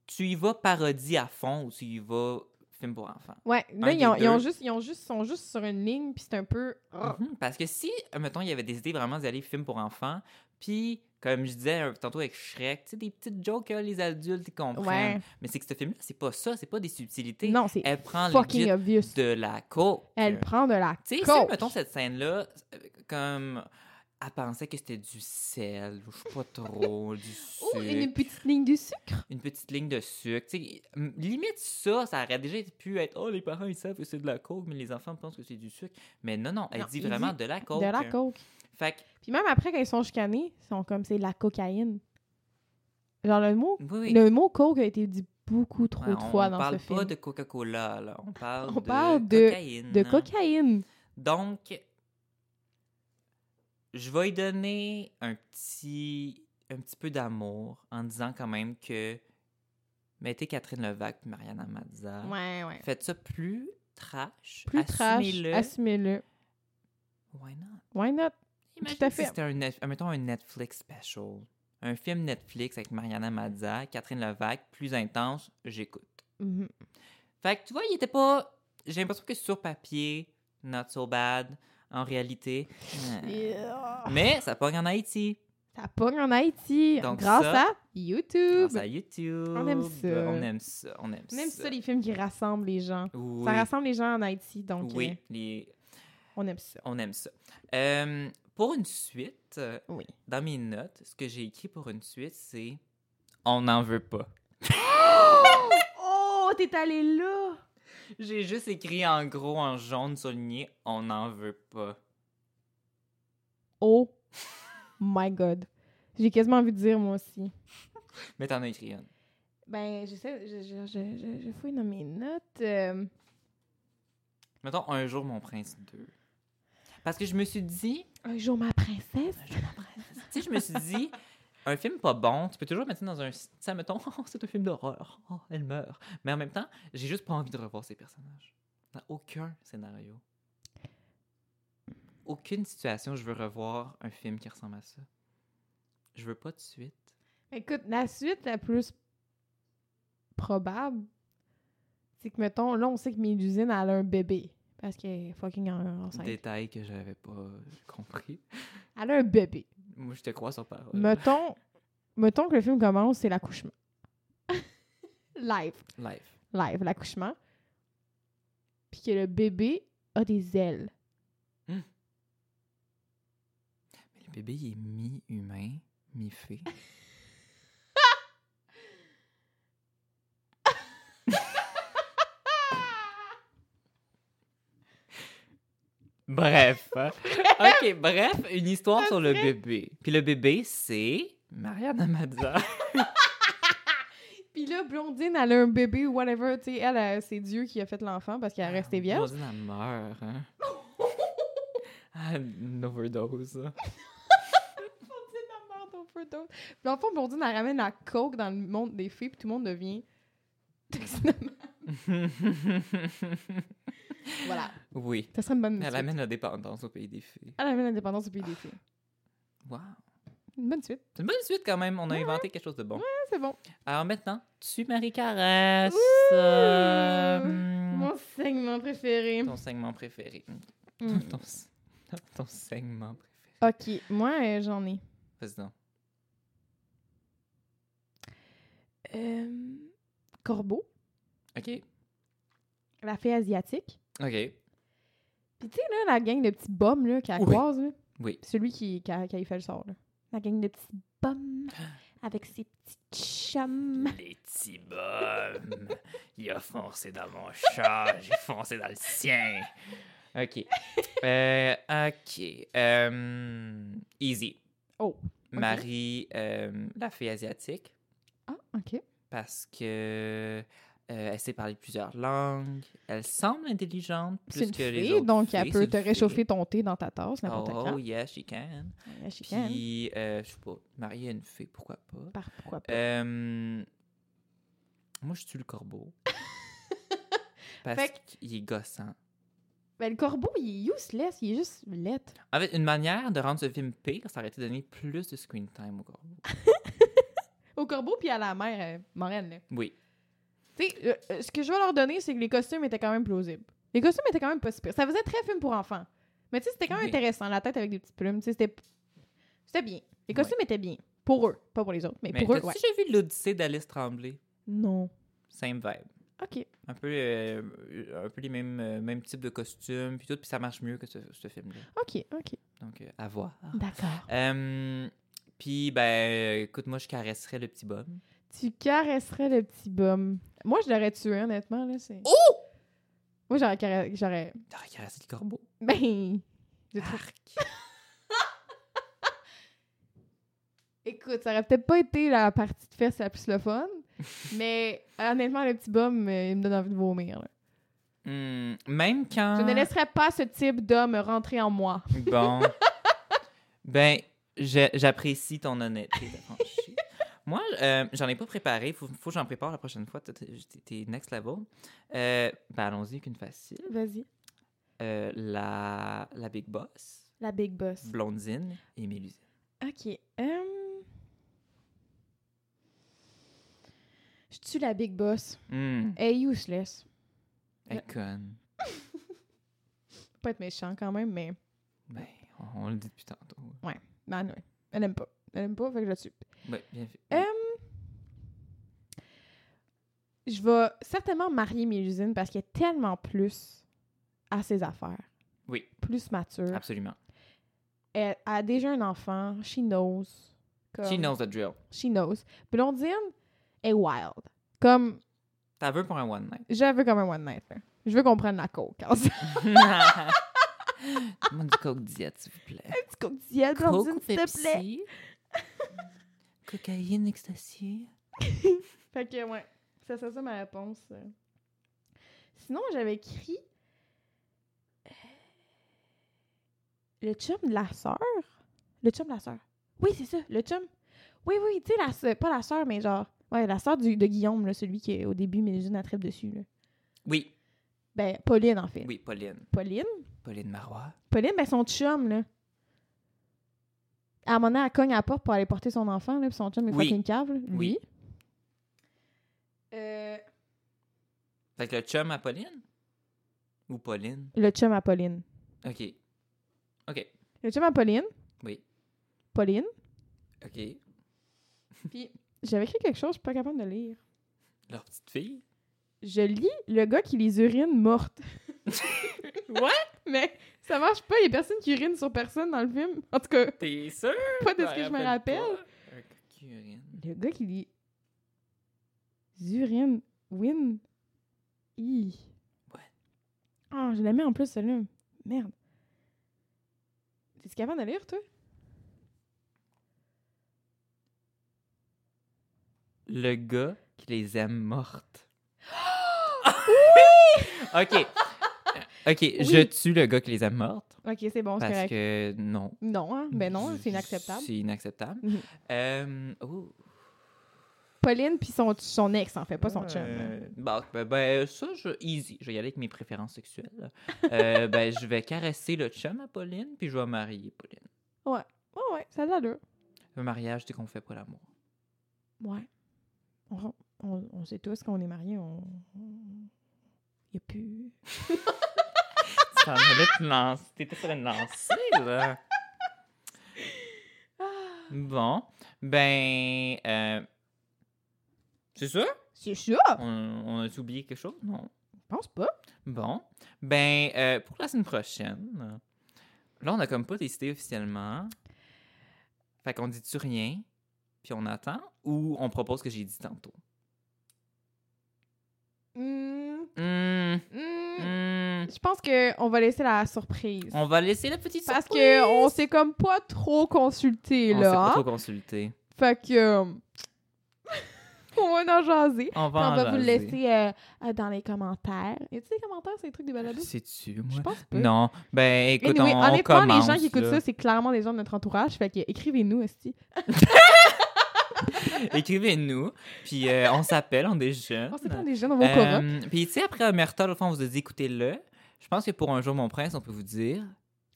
tu y vas parodie à fond ou tu y vas film pour enfants. Ouais, là, Un ils, des ont, ils ont deux. juste, ils ont juste, sont juste sur une ligne, puis c'est un peu. Mhm, Parce que si, mettons, il y avait des idées vraiment d'y aller film pour enfants, puis, comme je disais euh, tantôt avec Shrek, tu sais, des petites jokes que les adultes ils comprennent. Ouais. Mais c'est que ce film-là, c'est pas ça, c'est pas des subtilités. Non, c'est Elle prend fucking legit obvious. de la coke. Elle prend de la Tu sais, si, coke. mettons, cette scène-là, euh, comme, elle pensait que c'était du sel, ou je sais pas trop, du <laughs> sucre, Ou une hum- une... petite ligne de sucre. petite ligne de sucre. Tu sais, m- limite ça, ça aurait déjà pu être, oh, les parents, ils savent que c'est de la coke, mais les enfants pensent que c'est du sucre. Mais non, non, elle Non, dit il vraiment dit de la coke. hein. De la coke. Fait que, Puis même après, quand ils sont chicanés, ils sont comme c'est de la cocaïne. Genre le mot, oui, oui. le mot coke a été dit beaucoup trop Ouais, de on- fois on dans parle ce film. pas de Coca-Cola, là. On parle, On de, parle de- cocaïne. De cocaïne. Donc, je vais lui donner un petit, un petit peu d'amour en disant quand même que mettez Catherine Levac et Mariana Mazza. Ouais, ouais. Faites ça plus trash. Plus trash, Assumez-le. assumez-le. Why not? Why not? Imagine à si fait. c'était un, Net- mettons un Netflix special. Un film Netflix avec Mariana Mazza, Catherine Levac, plus intense, j'écoute. Mhm. Fait que tu vois, il était pas. J'ai l'impression que sur papier, not so bad. En réalité. euh, Mais ça pogne en Haïti. Ça pogne en Haïti Donc grâce ça- à YouTube. Grâce à YouTube. On aime ça. On aime ça. On aime, On aime ça, les films qui rassemblent les gens. Oui. Ça rassemble les gens en Haïti, donc euh, Oui, les- on aime ça. on aime ça. Euh, pour une suite, euh, Oui. dans mes notes, ce que j'ai écrit pour une suite, c'est On n'en veut pas. Oh, t'es allé là! J'ai juste écrit en gros, en jaune souligné On n'en veut pas. Oh my god. J'ai quasiment envie de dire moi aussi. Mais t'en as écrit une. Ben, j'essaie, je, je, je, je, je fouille dans mes notes. euh, Mettons Un jour, mon prince 2. Parce que je me suis dit, un jour ma princesse. <laughs> tu sais, je me suis dit, un film pas bon, tu peux toujours mettre ça dans un. Tu sais, <laughs> Oh, mettons, c'est un film d'horreur, Oh, elle meurt. Mais en même temps, j'ai juste pas envie de revoir ces personnages. Dans aucun scénario. Aucune situation, je veux revoir un film qui ressemble à ça. Je veux pas de suite. Écoute, la suite la plus probable, c'est que, mettons, là, on sait que Mélusine, elle a un bébé. Parce qu'elle est fucking en- enceinte. Détail que j'avais pas compris. Elle a un bébé. Moi, je te crois sur parole. Mettons, mettons que le film commence, c'est l'accouchement. <laughs> live. Live. Live, l'accouchement. Puis que le bébé a des ailes. Mais le bébé, il est mi-humain, <laughs> mi-fée. bref. hein. <laughs> OK, bref, une histoire sur le bébé. Puis le bébé, c'est Marianne Amadza. Puis là, Blondine, elle a un bébé ou whatever. Tu sais, elle, elle, c'est Dieu qui a fait l'enfant parce qu'elle est Ah, restée vierge. Blondine, elle meurt, hein? Ah, une overdose. <laughs> Blondine, <laughs> elle meurt d'overdose. Puis dans le fond, Blondine, elle ramène la coke dans le monde des filles, puis tout le monde devient <laughs> toxinamane. voilà. oui. Ça serait une bonne Elle suite. amène la dépendance au pays des fées. Elle amène l'indépendance au pays des filles. Wow. Une bonne suite. C'est une bonne suite quand même. On a inventé quelque chose de bon. Ah, c'est bon. Alors maintenant, tu Marie Caresse. Ouh! Euh, hmm, Mon segment préféré. Ton segment préféré. Mm. ton, s- ton segment préféré. Ok, moi, euh, j'en ai. Vas-y donc. Euh, Corbeau, OK. la fée asiatique. OK. Puis tu sais, là, la gang de petits bums, là, qui la Oui. croise, là. Oui. Celui qui, qui, a, qui a fait le sort, là. La gang de petits <gasps> bums, avec ses petits chums. Les petits bums. Il a foncé dans mon chat. J'ai foncé dans le sien. OK. Euh, OK. Euh, easy. Oh, Marie, euh, la fée asiatique. Ah, ok. parce que euh, elle sait parler plusieurs langues. Elle semble intelligente plus C'est une que les fée, autres donc elle fées, peut c'est te une fée. réchauffer ton thé dans ta tasse, n'importe Oh, quand. oh yeah, she can. La chicane. Puis, euh, je sais pas, marier à une fée, pourquoi pas. Par- pourquoi pas. Euh, moi, je tue <laughs> le corbeau. parce Fait qu'il est gossant. Ben, le corbeau, il est useless, il est juste lettre. En fait, une manière de rendre ce film pire, ça aurait été de donner plus de screen time au corbeau. Au corbeau, puis à la mère, euh, Morane, là. Oui. Tu sais, euh, euh, ce que je vais leur donner, c'est que les costumes étaient quand même plausibles. Les costumes étaient quand même pas si pires. Ça faisait très film pour enfants. Mais tu sais, c'était quand même Oui. intéressant, la tête avec des petites plumes. Tu sais, c'était c'était bien. Les costumes étaient bien. Pour eux, pas pour les autres, mais, Mais pour eux, t'as-tu ouais. déjà vu l'Odyssée d'Alice Tremblay? Non. Same vibe. OK. un peu, euh, un peu les mêmes, euh, mêmes types de costumes, puis tout, puis ça marche mieux que ce, ce film-là. OK, OK. Donc, euh, à voir. D'accord. Euh, puis, ben, écoute, moi, je caresserais le petit bum. Tu caresserais le petit bum. Moi, je l'aurais tué, honnêtement, là. c'est- Oh! Moi, j'aurais... caress- j'aurais... T'aurais caressé le corbeau. Ben... j'ai trop- Arc. <laughs> Écoute, ça aurait peut-être pas été la partie de fesses la plus le <laughs> fun, mais honnêtement, le petit bum, euh, il me donne envie de vomir, là. Hmm, même quand. Je ne laisserai pas ce type d'homme rentrer en moi. <laughs> Bon. ben, j'ai- j'apprécie ton honnêteté. d'affranchi. Moi, euh, j'en ai pas préparé. Faut, faut que j'en prépare la prochaine fois. T'es- T'es t'es next level. Euh, ben, allons-y avec une facile. Vas-y. Euh, la, la Big Boss, La Big Boss. Blondine et Mélusine. Ok. hum. Je tue la Big Boss. Hmm. Elle est useless. Elle est conne. Faut Pas être méchant quand même, mais. Ben, on, on le dit depuis tantôt. Ben, non. Elle aime pas. Elle aime pas, fait que je la tue. Ouais, Ben, bien fait. Euh, Je vais certainement marier Mélusine parce qu'elle est tellement plus à ses affaires. Oui. Ah. Plus mature. Absolument. Elle, elle a déjà un enfant. She knows. Comme- She knows the drill. She knows. Blondine est wild. Comme. T'as veux pour un one <laughs> night. Je veux comme un one night. là. Je veux qu'on prenne la coke. <laughs> En fait. Demande du coke diète, s'il vous plaît. Un petit coke diète, Blondine, s'il te plaît. Cocaïne, ecstasy. Fait que, ouais, ça serait ça ma réponse. Sinon, j'avais écrit euh, le chum de la sœur. Le chum de la sœur. Oui, c'est ça, le chum. Oui, oui, tu sais, la sœur- pas la sœur, mais genre, ouais, la sœur du- de Guillaume, là, celui qui, au début, met les jeunes à dessus. Là. Oui. Ben, Pauline, en fait. Oui, Pauline. Pauline. Pauline Marois. Pauline, ben, son chum, là. À un moment donné, elle cogne à la porte pour aller porter son enfant, là, puis son chum est Oui. fucking cave, là. Lui. Oui. Euh, Fait que le chum à Pauline? Ou Pauline? le chum à Pauline. OK. OK. Le chum à Pauline. Oui. Pauline. OK. Puis, j'avais écrit quelque chose, je suis pas capable de lire. Leur petite fille? Je lis le gars qui les urine mortes. <laughs> What? Mais ça marche pas, il y a personne qui urine sur personne dans le film. En tout cas, T'es sûr? pas de ce que je me rappelle. Un curine. Le gars qui lit urine. Win. I. Ouais. Ah, je l'aimais en plus, celle-là. Merde. T'es-tu capable de lire, toi? Le gars qui les <gasps> aime mortes. OK. Euh, OK, je Oui. tue le gars qui les aime mortes. Ok, c'est bon, c'est Parce correct. que non. Non, hein? Ben non, c'est inacceptable. C'est inacceptable. Mhm. Euh, oh. Pauline puis son, son ex, en fait, pas son chum. hein. là. Euh, bon, ben, ben, ça, je, easy. Je vais y aller avec mes préférences sexuelles. Euh, ben, je vais caresser le chum à Pauline, puis je vais marier Pauline. Ouais, ouais, ça a de l'allure. Le mariage, c'est qu'on fait pour l'amour. Ouais. On, on- on sait tous qu'on est mariés, on. Il a plus. T'en allais te lancer. T'étais prêt de lancer, là. Bon. Ben. euh, c'est ça? C'est ça! On, on a oublié quelque chose? Non. Je pense pas. Bon. Ben, euh, pour la semaine prochaine, là, on a comme pas décidé officiellement. Fait qu'on dit-tu rien, puis on attend, ou on propose ce que j'ai dit tantôt? Hmm, Hum, hmm. hum. Je pense qu'on va laisser la surprise. On va laisser la petite Parce surprise. que on s'est comme pas trop consulté, On s'est là. pas hein. trop consulté. Fait que. <laughs> euh, on va en jaser. On va Puis en on va vous le jaser. laisser euh, euh, dans les commentaires. Et tu sais, les commentaires, c'est des trucs des balados? Sais-tu, Je moi? pense pas. Non. Ben, écoute, Anyway, on, on honnêtement, commence. les gens qui écoutent là. ça, c'est clairement des gens de notre entourage. Fait que écrivez-nous aussi. Écrivez-nous, puis euh, on s'appelle, on est jeunes. On s'étend des jeunes, on va au cora. Ah. Euh, Puis, tu sais, après Omerta, au fond, on vous a dit écoutez-le. Je pense que pour un jour, mon prince, on peut vous dire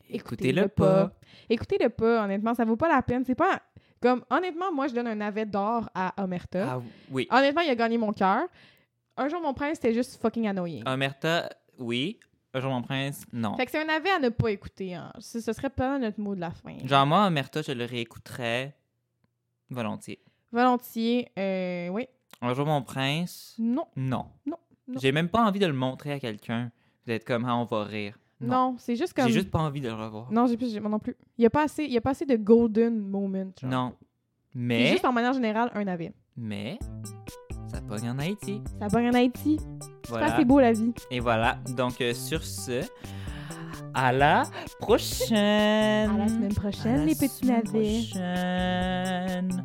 Écoutez-le pas. Écoutez-le pas, honnêtement, ça vaut pas la peine. C'est pas. Comme, honnêtement, moi, je donne un navet d'or à Omerta. Ah oui. Honnêtement, il a gagné mon cœur. Un jour, mon prince, c'était juste fucking annoying. Omerta, oui. Un jour, mon prince, Ah non. Fait que c'est un navet à ne pas écouter. hein. Ce, ce serait pas notre mot de la fin. Genre, moi, Omerta, je le réécouterais volontiers. Volontiers, euh, oui. Un jour, mon prince, Non. non. Non, non. J'ai même pas envie de le montrer à quelqu'un. D'être comme, ah, on va rire. Non. Non, c'est juste comme. J'ai juste pas envie de le revoir. Non, j'ai plus. j'ai- Moi non plus. Il y a pas assez, il y a pas assez de golden moment. genre. Non. C'est Mais, juste en manière générale un navet. mais, ça pogne en Haïti. Ça va en Haïti. Voilà. Ça, c'est beau la vie. Et voilà. Donc, euh, sur ce, à la prochaine. À la semaine À prochaine, la les petits semaine navets. prochaine.